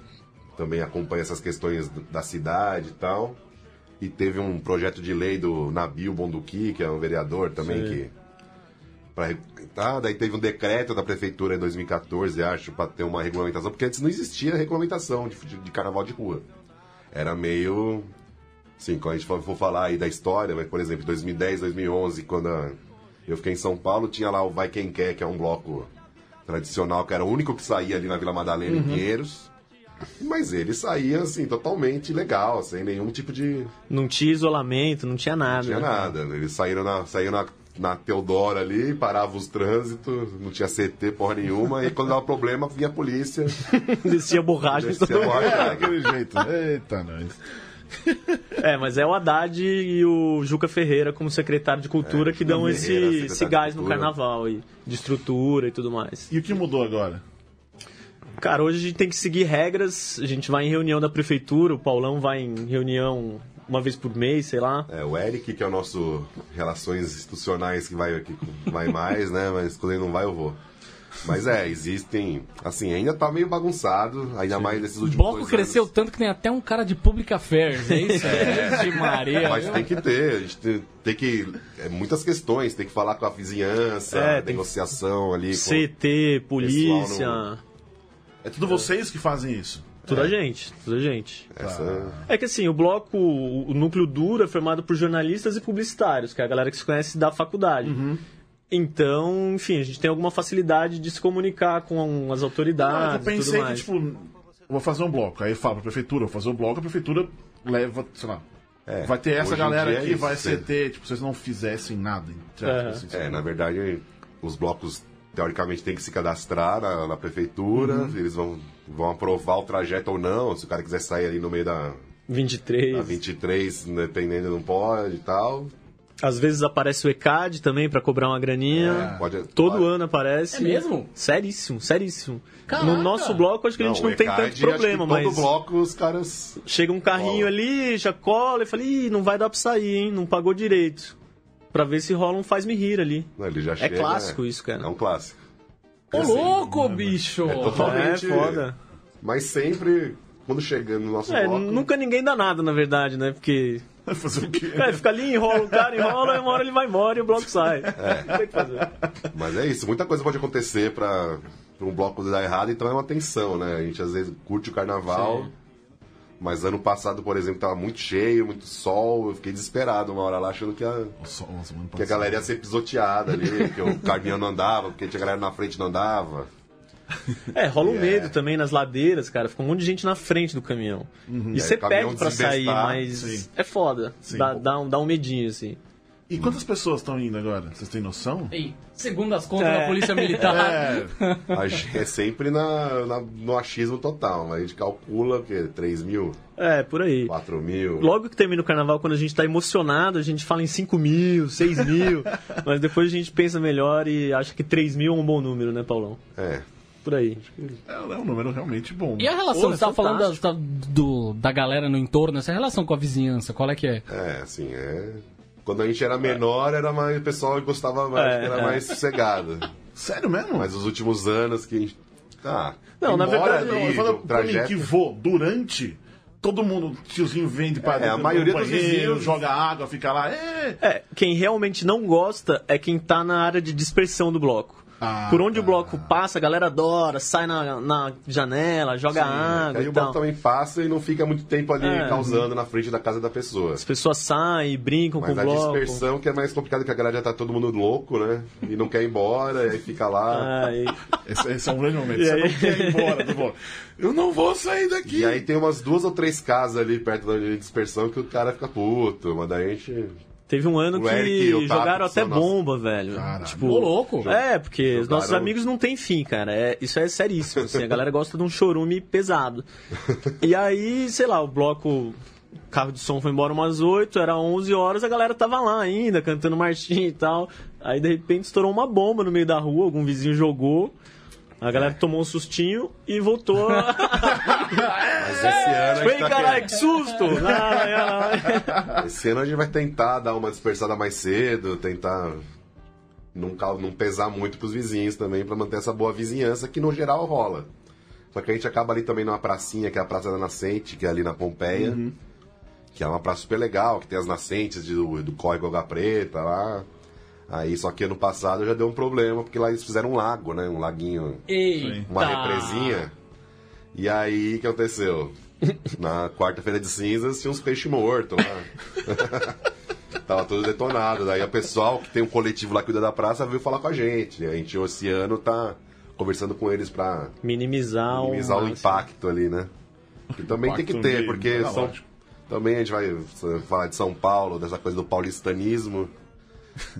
Speaker 5: também acompanha essas questões d- da cidade e tal. E teve um projeto de lei do Nabil Bonduki, que é um vereador também que para regulamentar. Daí teve um decreto da prefeitura em 2014, acho, para ter uma regulamentação, porque antes não existia regulamentação de, de, de carnaval de rua. Era meio Sim, quando a gente for for falar aí da história, mas, por exemplo, 2010, 2011, quando a- Eu fiquei em São Paulo, tinha lá o Vai Quem Quer, que é um bloco tradicional, que era o único que saía ali na Vila
Speaker 1: Uhum.
Speaker 5: Madalena em Pinheiros. Mas ele saía, assim, totalmente legal, sem nenhum tipo de.
Speaker 3: Não tinha isolamento, não tinha nada.
Speaker 1: Uhum.
Speaker 5: Não tinha
Speaker 3: né?
Speaker 5: nada. Eles saíram na, saíram na, na Teodora ali, parava os trânsitos, não tinha CT porra nenhuma, e quando dava problema, vinha a
Speaker 1: [laughs]
Speaker 5: polícia.
Speaker 3: [laughs] Descia borracha. então- em todo
Speaker 5: descia a
Speaker 3: mundo.
Speaker 5: borda,
Speaker 2: É,
Speaker 5: cara.
Speaker 2: daquele jeito. Eita, nós.
Speaker 3: É, mas é o Haddad e o Juca Ferreira como secretário de cultura
Speaker 5: É,
Speaker 3: que
Speaker 5: Juca
Speaker 3: dão esse,
Speaker 5: Ferreira, secretário
Speaker 3: esse
Speaker 5: de
Speaker 3: gás no
Speaker 5: cultura.
Speaker 3: carnaval e de estrutura e tudo mais.
Speaker 2: E o que mudou agora?
Speaker 3: Cara, hoje a gente tem que seguir regras, a gente vai em reunião da prefeitura, o Paulão vai em reunião uma vez por mês, sei lá.
Speaker 5: É, o Eric, que é o nosso Relações Institucionais, que vai, que vai mais, né? Mas quando ele não vai, eu vou. Mas é, existem. Assim, ainda tá meio bagunçado, ainda mais nesses
Speaker 1: O
Speaker 5: últimos
Speaker 1: bloco
Speaker 5: dois
Speaker 1: cresceu
Speaker 5: anos.
Speaker 1: tanto que tem até um cara de public affairs, é isso? É. De Maria.
Speaker 3: [laughs]
Speaker 5: Mas tem que ter, a gente tem, tem que. É muitas questões, tem que falar com a vizinhança,
Speaker 3: É, tem-
Speaker 5: negociação ali. com-
Speaker 3: CT, polícia,
Speaker 2: É tudo
Speaker 5: Então.
Speaker 2: vocês que fazem isso.
Speaker 3: toda a gente, toda a gente.
Speaker 5: Essa-
Speaker 3: É que assim, o bloco, o núcleo duro é formado por jornalistas e publicitários, que é a galera que se conhece da faculdade.
Speaker 2: Uhum.
Speaker 3: Então, enfim, a gente tem alguma facilidade de se comunicar com as
Speaker 2: Não, é
Speaker 3: autoridades
Speaker 2: que eu
Speaker 3: e Ah, tudo
Speaker 2: pensei que,
Speaker 3: mais.
Speaker 2: tipo, eu vou fazer um bloco. Aí fala pra prefeitura, eu vou fazer um bloco, a prefeitura leva, sei lá. vai ter essa
Speaker 5: hoje em
Speaker 2: galera
Speaker 5: dia é
Speaker 2: aqui, vai
Speaker 5: isso,
Speaker 2: CT, tipo, vocês não fizessem nada. entre aspas,
Speaker 3: É.
Speaker 2: assim,
Speaker 5: É,
Speaker 2: sabe?
Speaker 5: na verdade, os blocos teoricamente têm que se cadastrar na, na prefeitura,
Speaker 3: Uhum.
Speaker 5: eles vão, vão aprovar o trajeto ou não, se o cara quiser sair ali no meio da, da Ah,
Speaker 3: 23.
Speaker 5: 23, dependendo, não pode e tal.
Speaker 3: Às vezes aparece o ECAD também pra cobrar uma graninha.
Speaker 5: É, pode-
Speaker 3: Todo
Speaker 5: pode.
Speaker 3: ano aparece.
Speaker 1: É mesmo?
Speaker 3: Seríssimo, seríssimo.
Speaker 1: Caraca!
Speaker 3: No nosso bloco, acho que a gente não
Speaker 5: o
Speaker 3: tem
Speaker 5: ECAD, acho
Speaker 3: tanto
Speaker 5: que
Speaker 3: problema, mas.
Speaker 5: Todo bloco os caras.
Speaker 3: Chega um carrinho
Speaker 5: Cola.
Speaker 3: ali, já cola e fala, ih, não vai dar pra sair, hein? Não pagou direito. Pra ver se rola um faz-me rir ali.
Speaker 5: Não, né, ele já
Speaker 3: É clássico isso, cara.
Speaker 5: É um clássico.
Speaker 1: Ô, louco, bicho!
Speaker 5: É total- Totalmente-
Speaker 3: É foda.
Speaker 5: Mas sempre, quando chega no nosso
Speaker 3: É,
Speaker 5: bloco. né?
Speaker 3: nunca ninguém dá nada, na verdade, né? Porque.
Speaker 2: Vai [laughs] fazer o quê?
Speaker 3: É, fica ali, enrola o cara, enrola, e uma hora ele vai embora e o bloco sai.
Speaker 5: É.
Speaker 3: Não tem o que fazer.
Speaker 5: Mas é isso, muita coisa pode acontecer pra, pra um bloco dar errado, então é uma tensão, né? A gente às vezes curte o carnaval. Mas ano passado, por exemplo, tava muito cheio, muito sol, eu fiquei desesperado uma hora lá, achando que a,
Speaker 2: Nossa, nossa, mano,
Speaker 5: que a
Speaker 2: passado.
Speaker 5: galera ia ser pisoteada ali, que o caminhão não andava, porque tinha galera na frente e não andava.
Speaker 3: É, rola um
Speaker 5: É.
Speaker 3: medo também nas ladeiras, cara. Fica um monte de gente na frente do caminhão. E
Speaker 5: É,
Speaker 3: você
Speaker 5: o caminhão
Speaker 3: pede pra sair,
Speaker 5: desbestar,
Speaker 3: mas
Speaker 2: sim.
Speaker 3: é foda.
Speaker 2: Sim.
Speaker 3: Dá, dá um, dá um medinho, assim.
Speaker 2: E quantas pessoas estão indo agora? Vocês têm noção?
Speaker 1: Ei, segundo as contas
Speaker 3: É.
Speaker 1: da Polícia Militar,
Speaker 2: [laughs] É,
Speaker 5: A gente é sempre na, na- no achismo total, mas a gente calcula o quê? 3 mil,
Speaker 3: É, por aí.
Speaker 5: 4 mil.
Speaker 3: Logo que termina o carnaval, quando a gente tá emocionado, a gente fala em 5 mil, 6
Speaker 5: [laughs]
Speaker 3: mil. mas depois a gente pensa melhor e acha que 3 mil é um bom número, né, Paulão?
Speaker 5: É.
Speaker 3: Por aí.
Speaker 2: é, é um número realmente bom.
Speaker 1: E a relação,
Speaker 3: Pô, é
Speaker 1: você tava falando da,
Speaker 3: fantástico.
Speaker 1: da- do- da galera no entorno, essa relação com a vizinhança, qual é que é?
Speaker 5: É, assim, é. Quando a gente era menor, era mais, o pessoal gostava mais,
Speaker 3: É,
Speaker 5: era
Speaker 3: é.
Speaker 5: mais sossegado.
Speaker 2: Sério mesmo?
Speaker 5: Mas os últimos anos que a gente. Ah,
Speaker 3: Não, na
Speaker 5: embora
Speaker 3: verdade,
Speaker 5: ali,
Speaker 2: não, eu
Speaker 5: do
Speaker 2: falo pra mim
Speaker 5: trajeto, né,
Speaker 2: que vou durante. Todo mundo, tiozinho vende pra
Speaker 5: É,
Speaker 2: dentro
Speaker 5: a
Speaker 2: do
Speaker 5: maioria dos
Speaker 2: banheiro,
Speaker 5: vizinhos-
Speaker 2: joga água, fica lá. É,
Speaker 3: É, quem realmente não gosta é quem tá na área de dispersão do bloco.
Speaker 2: Ah,
Speaker 3: Por onde o
Speaker 2: tá.
Speaker 3: bloco passa, a galera adora, sai na, na janela, joga água
Speaker 5: Aí
Speaker 3: e
Speaker 5: o
Speaker 3: tal.
Speaker 5: bloco também passa e não fica muito tempo ali
Speaker 3: É.
Speaker 5: causando na frente da casa da pessoa.
Speaker 3: As pessoas saem, brincam
Speaker 5: Mas
Speaker 3: com
Speaker 5: a
Speaker 3: o bloco.
Speaker 5: dispersão que é mais complicada, que a galera já tá todo mundo louco, né? E não quer ir embora, e aí fica lá.
Speaker 3: Ah, e-
Speaker 2: esse, esse é um grande momento.
Speaker 3: E
Speaker 2: Você
Speaker 3: aí?
Speaker 2: não quer ir embora do bloco. Eu não vou sair daqui.
Speaker 5: E aí tem umas duas ou três casas ali perto da dispersão que o cara fica puto, mas daí a gente.
Speaker 3: Teve um ano
Speaker 5: O
Speaker 3: que
Speaker 5: Eric e o Tato
Speaker 3: jogaram
Speaker 5: são
Speaker 3: até
Speaker 5: nossos-
Speaker 3: bomba, velho.
Speaker 2: Caralho.
Speaker 3: Tipo,
Speaker 1: Ô, louco.
Speaker 3: É, porque os
Speaker 5: Jogaram-
Speaker 3: nossos amigos não têm fim, cara. É- isso é seríssimo, assim. A galera gosta de um chorume pesado. E aí, sei lá, o bloco... O carro de som foi embora umas 8, era 11 horas, a galera tava lá ainda, cantando marchinha e tal. Aí, de repente, estourou uma bomba no meio da rua, algum vizinho jogou. A galera tomou um sustinho e
Speaker 5: [laughs]
Speaker 3: voltou. a-
Speaker 5: Mas esse ano a
Speaker 3: Ei,
Speaker 5: gente tá
Speaker 3: caralho, que susto! Ah, ah, ah.
Speaker 5: Esse ano a gente vai tentar dar uma dispersada mais cedo, tentar não, cau- não pesar muito pros vizinhos também, pra manter essa boa vizinhança que no geral rola. Só que a gente acaba ali também numa pracinha, que é a Praça da Nascente, que é ali na Pompeia, que é uma praça super legal, que tem as nascentes de- do, do Córrego Água Preta lá. Aí, só que ano passado já deu um problema, porque lá eles fizeram um lago, né? Um laguinho
Speaker 1: Eita!
Speaker 5: uma represinha. E aí, o que aconteceu? Na quarta-feira de cinzas tinha uns peixes mortos lá. Tava todo detonado. Daí o pessoal que tem um coletivo lá que cuida da praça veio falar com a gente. A gente, Oceano, tá conversando com eles pra
Speaker 3: Minimizar,
Speaker 5: minimizar o
Speaker 1: assim.
Speaker 5: impacto ali, né? Que também tem que
Speaker 4: Impacto
Speaker 5: ter,
Speaker 4: de-
Speaker 5: porque
Speaker 4: tá
Speaker 5: são-
Speaker 4: ótimo.
Speaker 5: também a gente vai falar de São Paulo, dessa coisa
Speaker 4: [laughs]
Speaker 5: do paulistanismo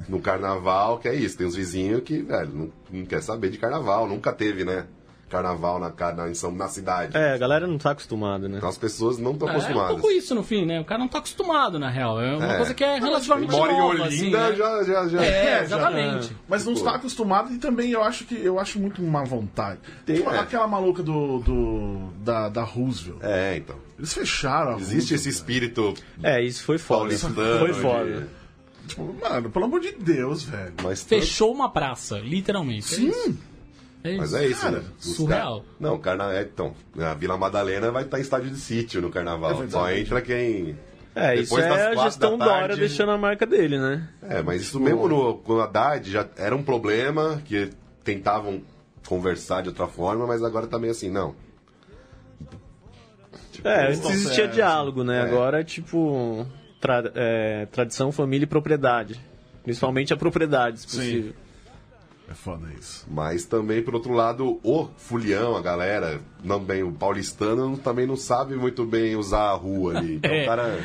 Speaker 5: no carnaval, que é isso. Tem uns vizinhos que, velho, não, não quer saber de carnaval, nunca teve, né? Carnaval na, ca- na, em São- na cidade.
Speaker 3: É, a galera não tá acostumada, né?
Speaker 5: Então as pessoas não estão
Speaker 1: É, um
Speaker 5: acostumadas.
Speaker 1: pouco isso no fim, né? O cara não tá acostumado, na real. É uma
Speaker 5: É.
Speaker 1: coisa que é relativamente
Speaker 5: Mora em
Speaker 1: nova,
Speaker 5: Olinda,
Speaker 1: assim, né?
Speaker 5: já, já, já.
Speaker 1: É,
Speaker 5: [laughs] já-
Speaker 1: exatamente.
Speaker 2: Mas
Speaker 5: tipo,
Speaker 2: não está acostumado e também eu acho que eu acho muito má vontade. Tem tipo,
Speaker 5: é.
Speaker 2: aquela maluca do, do- da, da Roosevelt.
Speaker 5: É, então.
Speaker 2: Eles fecharam. A
Speaker 5: Existe esse
Speaker 2: Roosevelt.
Speaker 5: espírito
Speaker 3: É, isso foi foda.
Speaker 5: paulistano.
Speaker 3: Foi
Speaker 5: de-
Speaker 3: foda.
Speaker 2: Tipo, mano, pelo amor de Deus, velho.
Speaker 5: Mas
Speaker 1: Fechou uma praça, literalmente.
Speaker 2: Sim.
Speaker 1: É isso.
Speaker 5: Mas é isso,
Speaker 2: Cara,
Speaker 5: né? Os
Speaker 1: surreal.
Speaker 5: car- Não, carna... é, então, a Vila Madalena vai estar em estádio de sítio no
Speaker 2: É
Speaker 5: carnaval.
Speaker 2: verdade.
Speaker 5: Só entra quem.
Speaker 3: É,
Speaker 5: Depois
Speaker 3: isso
Speaker 5: das
Speaker 3: é a
Speaker 5: quatro
Speaker 3: gestão
Speaker 5: da
Speaker 3: da, hora
Speaker 5: tarde-
Speaker 3: deixando a marca dele, né?
Speaker 5: É, mas isso mesmo no, com o Haddad já era um problema que tentavam conversar de outra forma, mas agora tá meio assim, não. Tipo,
Speaker 3: É, antes
Speaker 2: Bom,
Speaker 3: existia
Speaker 2: é,
Speaker 3: diálogo, né?
Speaker 5: é.
Speaker 3: Agora é tipo tra- é, tradição, família e propriedade. Principalmente a propriedade, se possível.
Speaker 2: É foda isso.
Speaker 5: Mas também, por outro lado, o fulião, a galera, também o paulistano, também não sabe muito bem usar a rua ali. Então
Speaker 1: É.
Speaker 5: o cara.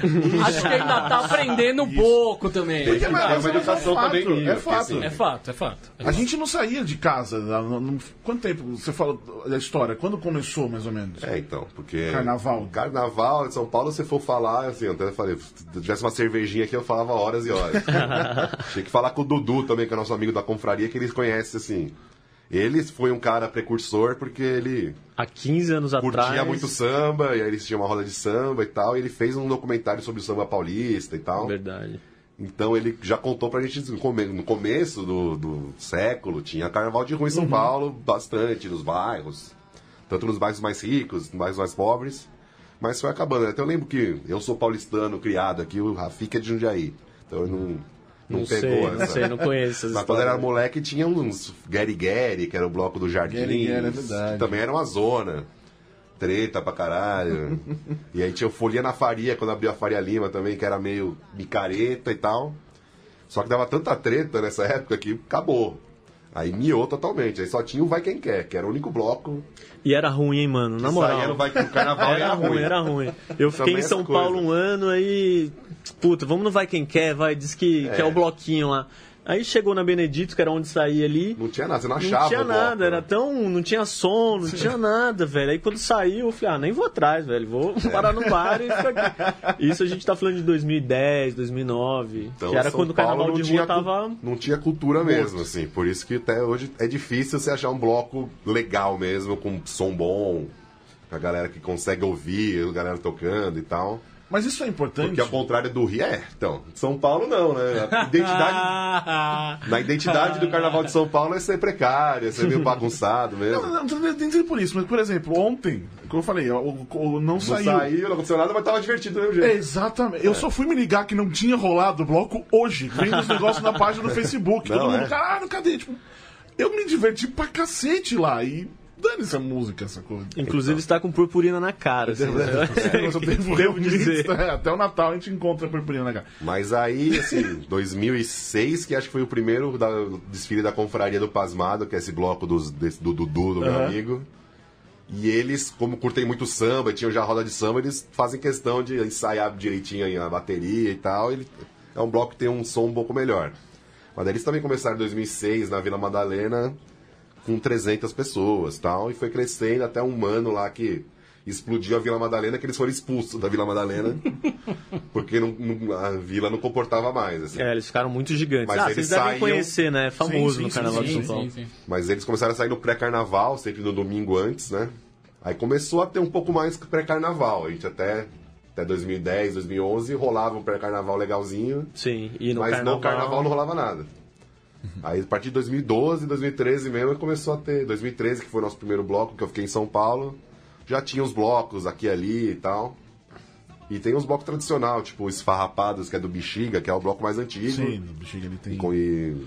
Speaker 1: Acho que ainda tá aprendendo um pouco também.
Speaker 5: Tem que ter uma educação
Speaker 2: é fato,
Speaker 5: também nível,
Speaker 2: é
Speaker 5: porque,
Speaker 2: fato.
Speaker 5: assim,
Speaker 1: É fato, é fato. [laughs] É
Speaker 2: A gente não saía de casa. não- não- quanto tempo? Você fala da história. Quando começou, mais ou menos?
Speaker 5: É, então, porque.
Speaker 2: Carnaval.
Speaker 5: Carnaval de São Paulo, se for falar, assim, eu até falei, se eu tivesse uma cervejinha aqui, eu falava horas e horas. Tinha que falar com o Dudu também, que é nosso amigo da confraria, que eles conhecem, assim. Ele foi um cara precursor porque ele
Speaker 3: Há 15 anos
Speaker 5: curtia
Speaker 3: atrás.
Speaker 5: muito samba, e aí eles tinham uma roda de samba e tal, e ele fez um documentário sobre o samba paulista e tal.
Speaker 3: Verdade.
Speaker 5: Então ele já contou pra gente no come- no começo do, do século, tinha carnaval de rua em
Speaker 3: Uhum.
Speaker 5: São Paulo, bastante, nos bairros. Tanto nos bairros mais ricos, nos bairros mais pobres. Mas foi acabando. Até eu lembro que eu sou paulistano, criado aqui, o Rafik é de Jundiaí. Então eu não, não,
Speaker 3: Não,
Speaker 5: pegou
Speaker 3: sei,
Speaker 5: essa.
Speaker 3: não sei, não
Speaker 5: [laughs]
Speaker 3: conheço essas
Speaker 5: Mas quando era
Speaker 3: histórias.
Speaker 5: moleque tinha uns Gary Gary, que era o bloco do Jardim.
Speaker 2: Gueri Gueri, é verdade.
Speaker 5: Que também era uma zona. Treta
Speaker 2: [laughs]
Speaker 5: pra caralho. e aí tinha o Folia na Faria, quando abriu a Faria Lima também, que era meio micareta e tal. Só que dava tanta treta nessa época que acabou. Aí miou totalmente. Aí só tinha o Vai Quem Quer, que era o único bloco.
Speaker 3: E era ruim, hein, mano? Na
Speaker 5: que
Speaker 3: moral.
Speaker 5: saía no vai... O carnaval
Speaker 3: Era ruim, era ruim. Eu fiquei
Speaker 5: Também
Speaker 3: em
Speaker 5: essa
Speaker 3: São
Speaker 5: coisa.
Speaker 3: Paulo um ano, aí. Puta, vamos no Vai Quem Quer, vai, diz que que é, o bloquinho lá. Aí chegou na Benedito, que era onde saía ali.
Speaker 5: Não tinha nada, você não achava.
Speaker 3: Não tinha
Speaker 5: o bloco,
Speaker 3: nada, era
Speaker 5: né?
Speaker 3: tão. Não tinha som, não tinha nada, velho. Aí quando saiu, eu falei, ah, nem vou atrás, velho. Vou
Speaker 5: É.
Speaker 3: parar no bar e ficar aqui. Isso a gente tá falando de 2010, 2009. que era
Speaker 5: Então, São
Speaker 3: quando o carnaval
Speaker 5: Paulo
Speaker 3: de
Speaker 5: não
Speaker 3: rua
Speaker 5: cu-
Speaker 3: tava.
Speaker 5: Não tinha cultura mesmo, assim. Por isso que até hoje é difícil você achar um bloco legal mesmo, com som bom, a galera que consegue ouvir, a galera tocando e tal.
Speaker 2: Mas isso é importante.
Speaker 5: Porque ao contrário do Rio, é, então, São Paulo não, né? A
Speaker 3: [laughs]
Speaker 5: identidade,
Speaker 1: Ah,
Speaker 5: na identidade do Carnaval de São Paulo é ser precário, é ser meio bagunçado
Speaker 2: Não,
Speaker 5: mesmo.
Speaker 2: não, não, não tem por isso, mas por exemplo, ontem, como eu falei, o, o- o- não,
Speaker 5: Não
Speaker 2: saiu.
Speaker 5: saiu, não aconteceu nada, mas tava divertido do mesmo
Speaker 2: É,
Speaker 5: jeito.
Speaker 2: Exatamente. Eu só fui me ligar que não tinha rolado o bloco hoje, vendo os negócios na página
Speaker 5: [laughs]
Speaker 2: do Facebook.
Speaker 5: Não,
Speaker 2: todo mundo,
Speaker 5: é.
Speaker 2: caralho, cadê? Tipo, eu me diverti pra cacete lá e dane-se a música, essa coisa.
Speaker 3: Inclusive,
Speaker 5: Então.
Speaker 3: está com purpurina na cara. assim, né?
Speaker 2: [laughs]
Speaker 5: É. [laughs]
Speaker 2: Eu devo,
Speaker 3: Devo dizer.
Speaker 2: dizer. é, Até o Natal a gente encontra a purpurina, né, cara.
Speaker 5: Mas aí, assim, [laughs] 2006, que acho que foi o primeiro da- desfile da Confraria do Pasmado, que é esse bloco dos, desse- do Dudu, do meu
Speaker 2: Aham.
Speaker 5: amigo. E eles, como curtem muito samba, e tinham já roda de samba, eles fazem questão de ensaiar direitinho aí a bateria e tal. Ele, é um bloco que tem um som um pouco melhor. Mas daí eles também começaram em 2006, na Vila Madalena, com 300 pessoas tal. E foi crescendo até um mano lá que explodiu a Vila Madalena, que eles foram expulsos da Vila Madalena. porque não- não- a vila não comportava mais, assim.
Speaker 3: É, eles ficaram muito gigantes.
Speaker 5: Mas
Speaker 3: ah,
Speaker 5: eles
Speaker 3: vocês devem
Speaker 5: saíam-
Speaker 3: conhecer, né? É famoso
Speaker 2: Sim, sim,
Speaker 3: no Carnaval
Speaker 2: sim,
Speaker 3: de São
Speaker 1: sim, sim,
Speaker 3: Paulo.
Speaker 1: sim.
Speaker 5: Mas eles começaram a sair no pré-carnaval, sempre no domingo antes, né? Aí começou a ter um pouco mais que pré-carnaval. A gente até, até 2010, 2011 rolava um pré-carnaval legalzinho,
Speaker 3: Sim, e no
Speaker 5: mas
Speaker 3: carnaval... Uhum.
Speaker 5: no carnaval não rolava nada. Aí a partir de 2012, 2013 mesmo, começou a ter. 2013, que foi o nosso primeiro bloco, que eu fiquei em São Paulo, já tinha os blocos aqui e ali e tal. E tem os blocos tradicional, tipo o Esfarrapados, que é do Bexiga, que é o bloco mais antigo.
Speaker 2: Sim, no bexiga ele tem.
Speaker 5: Com- e-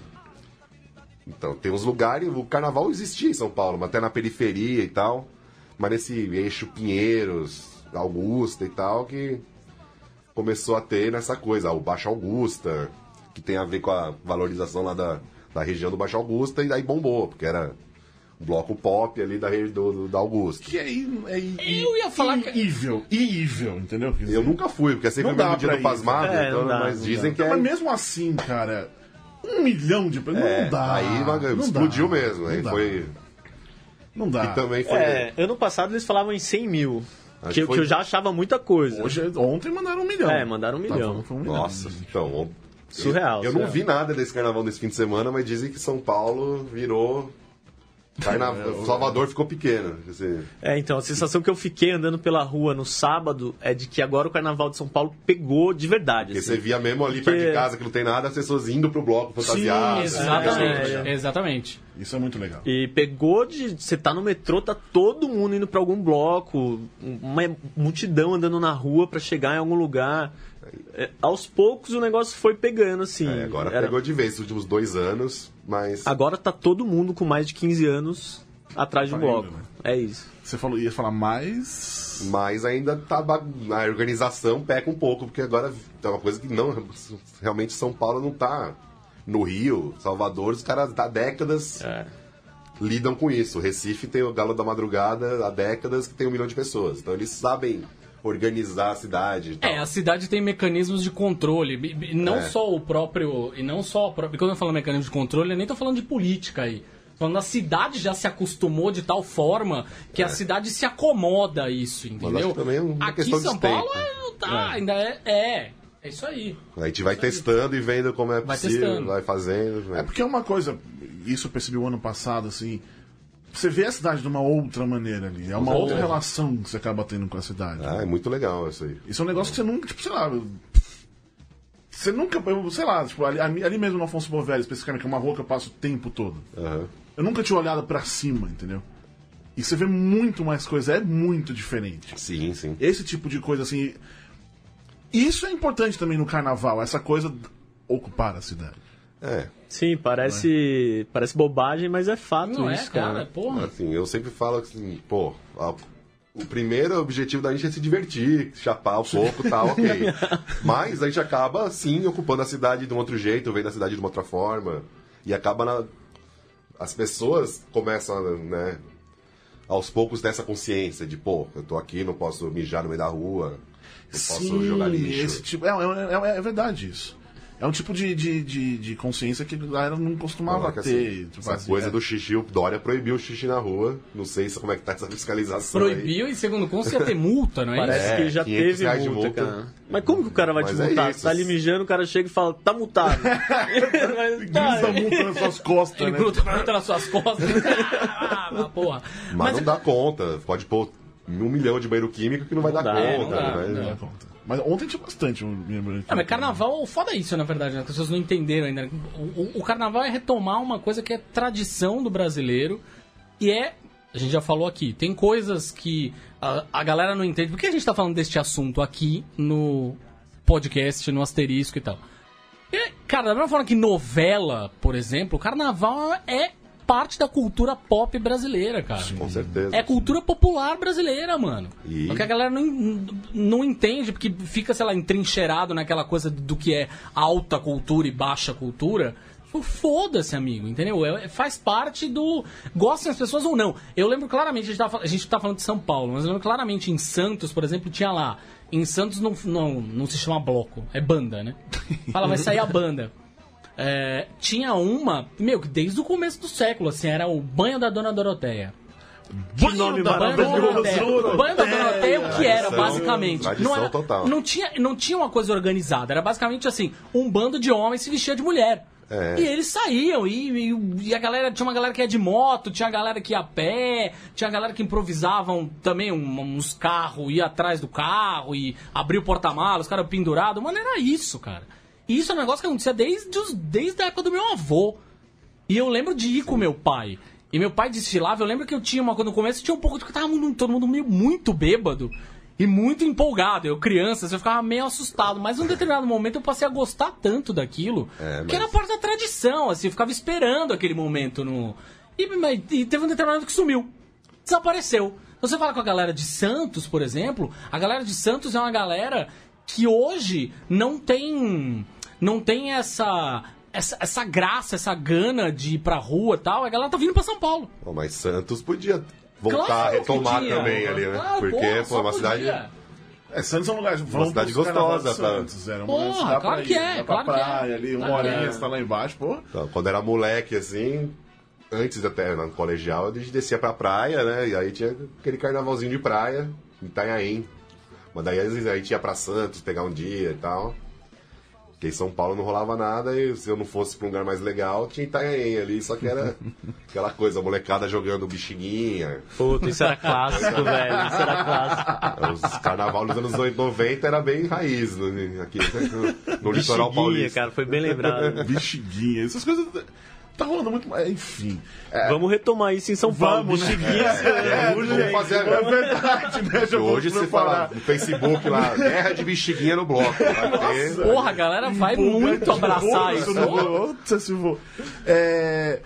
Speaker 5: Então, tem uns lugares, o carnaval existia em São Paulo, mas até na periferia e tal. Mas nesse eixo Pinheiros, Augusta e tal, que começou a ter nessa coisa, o Baixo Augusta, que tem a ver com a valorização lá da, da região do Baixo Augusta, e daí bombou, porque era um bloco pop ali da região do, do- da Augusta.
Speaker 2: Que é, i- é i-
Speaker 1: Eu ia falar
Speaker 3: é-
Speaker 1: que-
Speaker 2: Evil, evil, entendeu? Quer dizer,
Speaker 5: Eu nunca fui, porque é sempre
Speaker 2: Não
Speaker 5: o mesmo
Speaker 2: dá
Speaker 5: dia
Speaker 2: pra
Speaker 5: do
Speaker 2: ir.
Speaker 5: pasmado,
Speaker 3: É,
Speaker 5: então,
Speaker 3: não dá,
Speaker 5: mas
Speaker 3: não
Speaker 5: dizem que é.
Speaker 2: Mas mesmo assim, cara, um milhão de...
Speaker 5: é,
Speaker 2: não dá.
Speaker 5: Aí mas,
Speaker 2: não
Speaker 5: explodiu
Speaker 2: dá,
Speaker 5: mesmo. Aí
Speaker 2: não dá,
Speaker 5: foi.
Speaker 2: Não dá.
Speaker 5: E também foi.
Speaker 3: É, ano passado eles falavam em 100 mil,
Speaker 5: Acho
Speaker 3: que,
Speaker 5: que
Speaker 3: eu-
Speaker 5: foi-
Speaker 3: que eu já achava muita coisa.
Speaker 2: Hoje, ontem mandaram um milhão.
Speaker 3: É, mandaram um
Speaker 2: Tá,
Speaker 3: milhão.
Speaker 2: foi- foi um milhão.
Speaker 5: Nossa, então.
Speaker 3: Surreal,
Speaker 5: Eu, eu
Speaker 3: surreal.
Speaker 5: não vi nada desse carnaval desse fim de semana, mas dizem que São Paulo virou. Carnaval. Salvador ficou pequeno. quer dizer,
Speaker 3: É, então, a sensação que eu fiquei andando pela rua no sábado é de que agora o Carnaval de São Paulo pegou de verdade.
Speaker 5: Porque
Speaker 3: assim.
Speaker 5: você via mesmo ali perto
Speaker 3: Porque-
Speaker 5: de casa que não tem nada, as pessoas indo pro bloco fantasiadas.
Speaker 1: Exatamente,
Speaker 3: é,
Speaker 1: exatamente.
Speaker 2: Isso é muito legal.
Speaker 3: E pegou de. Você tá no metrô, tá todo mundo indo pra algum bloco, uma multidão andando na rua pra chegar em algum lugar. É, aos poucos o negócio foi pegando, assim.
Speaker 5: É, agora
Speaker 3: Era-
Speaker 5: pegou de vez nos últimos dois anos, mas.
Speaker 3: Agora tá todo mundo com mais de 15 anos atrás de um
Speaker 2: Tá indo,
Speaker 3: bloco.
Speaker 2: né?
Speaker 3: É isso.
Speaker 2: Você falou, ia falar mais...
Speaker 5: Mas ainda tá ba- a organização peca um pouco, porque agora é uma coisa que não. Realmente São Paulo não tá. No Rio, Salvador, os caras há décadas lidam com isso. Recife tem o Galo da Madrugada há décadas que tem um milhão de pessoas. Então eles sabem organizar a cidade. e tal.
Speaker 1: É, a cidade tem mecanismos de controle, e- e não
Speaker 5: É.
Speaker 1: só o próprio e não só o próprio. Quando eu falo mecanismo de controle, eu nem tô falando de política aí. Tô Falando, a cidade já se acostumou de tal forma que a cidade se acomoda a isso, entendeu?
Speaker 5: É. acho que também é uma
Speaker 1: Aqui
Speaker 5: questão
Speaker 1: em
Speaker 5: de né?
Speaker 1: São Paulo
Speaker 5: tempo.
Speaker 1: é, não tá, ainda é, é. É isso aí.
Speaker 5: A gente vai testando e vendo como é
Speaker 1: Vai
Speaker 5: possível, vai,
Speaker 1: testando.
Speaker 5: fazendo. né?
Speaker 2: É porque é uma coisa, isso eu percebi o ano passado, assim. Você vê a cidade de uma outra maneira ali. É uma outra
Speaker 1: certeza.
Speaker 2: relação que você acaba tendo com a cidade. né?
Speaker 5: Ah, é muito legal isso aí.
Speaker 2: Isso é um negócio que você nunca, tipo, sei lá. Você nunca, eu- sei lá, tipo, ali, ali mesmo no Afonso Bovelli, especificamente, que é uma rua que eu passo o tempo todo.
Speaker 5: Aham.
Speaker 2: Eu nunca tinha olhado pra cima, entendeu? E você vê muito mais coisa, é muito diferente.
Speaker 5: Sim, sim.
Speaker 2: Esse tipo de coisa, assim. Isso é importante também no carnaval, essa coisa de ocupar a cidade.
Speaker 5: É.
Speaker 3: Sim, parece, parece bobagem, mas é fato
Speaker 1: Não
Speaker 3: isso,
Speaker 1: é, cara, porra.
Speaker 5: Assim, eu sempre falo assim, pô, a- o primeiro objetivo da gente é se divertir, chapar um pouco
Speaker 2: [laughs]
Speaker 5: e tal, ok. Mas a gente acaba, sim, ocupando a cidade de um outro jeito, vendo a cidade de uma outra forma. E acaba na. As pessoas começam, né? Aos poucos dessa consciência de, pô, eu tô aqui, não posso mijar no meio da rua, não posso jogar lixo.
Speaker 2: Esse tipo, é, é- é- é verdade isso. É um tipo de, de, de, de consciência que a galera não costumava
Speaker 5: Falar que,
Speaker 2: ter.
Speaker 5: assim,
Speaker 2: tipo
Speaker 5: essa
Speaker 2: assim,
Speaker 5: coisa
Speaker 2: é.
Speaker 5: do xixi, o Dória proibiu o xixi na rua. Não sei se como é que tá essa fiscalização aí.
Speaker 1: Proibiu e segundo consta ia ter multa, não é? isso?
Speaker 3: Parece
Speaker 5: É,
Speaker 3: que já
Speaker 5: 500
Speaker 3: teve
Speaker 5: reais de
Speaker 3: multa,
Speaker 5: multa.
Speaker 3: cara. Mas como que o cara vai
Speaker 5: Mas
Speaker 3: te
Speaker 5: é
Speaker 3: multar?
Speaker 5: isso.
Speaker 3: Você tá ali mijando, o cara chega e fala, tá multado. Mas, tá,
Speaker 2: Grita muito nas suas costas,
Speaker 1: Ah, Ele
Speaker 2: né?
Speaker 1: gruda muito nas suas
Speaker 5: [laughs]
Speaker 1: costas. [laughs] ah, mas porra.
Speaker 5: Mas, não dá conta. Pode pôr um milhão de banheiro químico que não vai dar
Speaker 3: dá,
Speaker 5: conta.
Speaker 1: não dá,
Speaker 5: né?
Speaker 2: Não dá conta. Mas ontem tinha bastante. um eu me lembro aqui.
Speaker 1: Ah, mas carnaval, foda isso, na verdade, né? As pessoas não entenderam ainda. O, o- o carnaval é retomar uma coisa que é tradição do brasileiro e é. A gente já falou aqui, tem coisas que a, a galera não entende. Por que a gente tá falando deste assunto aqui no podcast, no asterisco e tal? E, cara, da mesma forma que novela, por exemplo, carnaval é parte da cultura pop brasileira, cara.
Speaker 5: Com certeza.
Speaker 1: É cultura popular brasileira, mano.
Speaker 5: E?
Speaker 1: Só que a galera não, não entende, porque fica, sei lá, entrincheirado naquela coisa do que é alta cultura e baixa cultura. Tipo, Foda-se, amigo, entendeu? É- faz parte do. Gostem as pessoas ou não. Eu lembro claramente, a gente, tava, fal- a gente tá falando de São Paulo, mas eu lembro claramente em Santos, por exemplo, tinha lá. Em Santos não, não, não se chama bloco, é banda, né? Fala, vai sair a banda. É, tinha uma, meu, que desde o começo do século, assim, era o banho da Dona Doroteia.
Speaker 2: Que nome
Speaker 1: Banho da Dona Doroteia.
Speaker 2: maravilhoso!
Speaker 1: Banho da Dona Doroteia, o que era,
Speaker 5: Tradição,
Speaker 1: basicamente?
Speaker 5: tradição
Speaker 1: Não, era,
Speaker 5: total.
Speaker 1: não, tinha, não tinha uma coisa organizada, era basicamente assim, um bando de homens se vestia de mulher.
Speaker 5: É.
Speaker 1: E eles saíam, e, e- e a galera, tinha uma galera que ia de moto, tinha a galera que ia a pé, tinha a galera que improvisavam também um- uns carros, ia atrás do carro e abria o porta-malas, os caras pendurados. Mano, era isso, cara. E isso é um negócio que acontecia desde, os- desde a época do meu avô. E eu lembro de ir com meu pai. E meu pai desfilava, eu lembro que eu tinha uma quando no começo tinha um pouco de que tava mu- todo mundo meio muito bêbado e muito empolgado. Eu criança, assim, eu ficava meio assustado, mas num determinado momento eu passei a gostar tanto daquilo,
Speaker 5: É, mas-
Speaker 1: que era parte da tradição, assim, eu ficava esperando aquele momento no e, mas- e teve um determinado que sumiu. Desapareceu. Você fala com a galera de Santos, por exemplo, a galera de Santos é uma galera que hoje não tem não tem essa essa, essa graça, essa gana de ir pra rua e tal, a galera tá vindo pra São Paulo.
Speaker 5: Pô, mas Santos podia voltar
Speaker 1: Claro
Speaker 5: a
Speaker 1: que
Speaker 5: retomar
Speaker 1: podia.
Speaker 5: também ali, né?
Speaker 1: Claro,
Speaker 5: Porque,
Speaker 1: Ah, porra,
Speaker 5: pô,
Speaker 1: só
Speaker 5: é uma cidade.
Speaker 1: podia.
Speaker 2: É, Santos é um lugar. Uma
Speaker 5: cidade gostosa, tá?
Speaker 2: Santos, era uma
Speaker 1: Porra,
Speaker 2: cidade dá pra
Speaker 1: claro
Speaker 2: ir,
Speaker 1: que é,
Speaker 2: dá pra
Speaker 1: claro que é.
Speaker 2: praia ali, uma
Speaker 1: Claro que
Speaker 2: horinha,
Speaker 1: é.
Speaker 2: você tá lá embaixo, pô.
Speaker 5: Então, quando era moleque, assim, antes até no colegial, a gente descia pra praia, né? E aí tinha aquele carnavalzinho de praia em Itanhaém. Mas daí às vezes, a gente ia pra Santos pegar um dia e tal. Porque em São Paulo não rolava nada e se eu não fosse pra um lugar mais legal, tinha Itanhaém ali. Só que
Speaker 3: [laughs]
Speaker 5: era aquela coisa, a molecada jogando bexiguinha.
Speaker 3: [laughs] Puta, isso
Speaker 2: [laughs]
Speaker 3: era clássico, velho. Isso era clássico.
Speaker 5: Os carnaval dos anos 8, 90 era bem raiz no, aqui né? no, no litoral
Speaker 3: Bexiguinha,
Speaker 5: paulista.
Speaker 3: cara, foi bem lembrado.
Speaker 2: [laughs] Bexiguinha, essas coisas. Tá rolando muito. mais- Enfim.
Speaker 3: Vamos retomar isso em São
Speaker 2: É.
Speaker 3: Paulo.
Speaker 2: Vamos, né?
Speaker 3: Bexiguinha,
Speaker 5: É,
Speaker 3: urgente.
Speaker 5: vamos fazer
Speaker 2: É
Speaker 5: agora.
Speaker 2: verdade, né? Já vou
Speaker 5: Hoje você
Speaker 2: preparar.
Speaker 5: fala no Facebook lá, guerra de bexiguinha no bloco. Vai ter-
Speaker 1: Porra, a galera
Speaker 3: É
Speaker 1: vai muito abraçar isso. né?
Speaker 2: Nossa, se vou. É,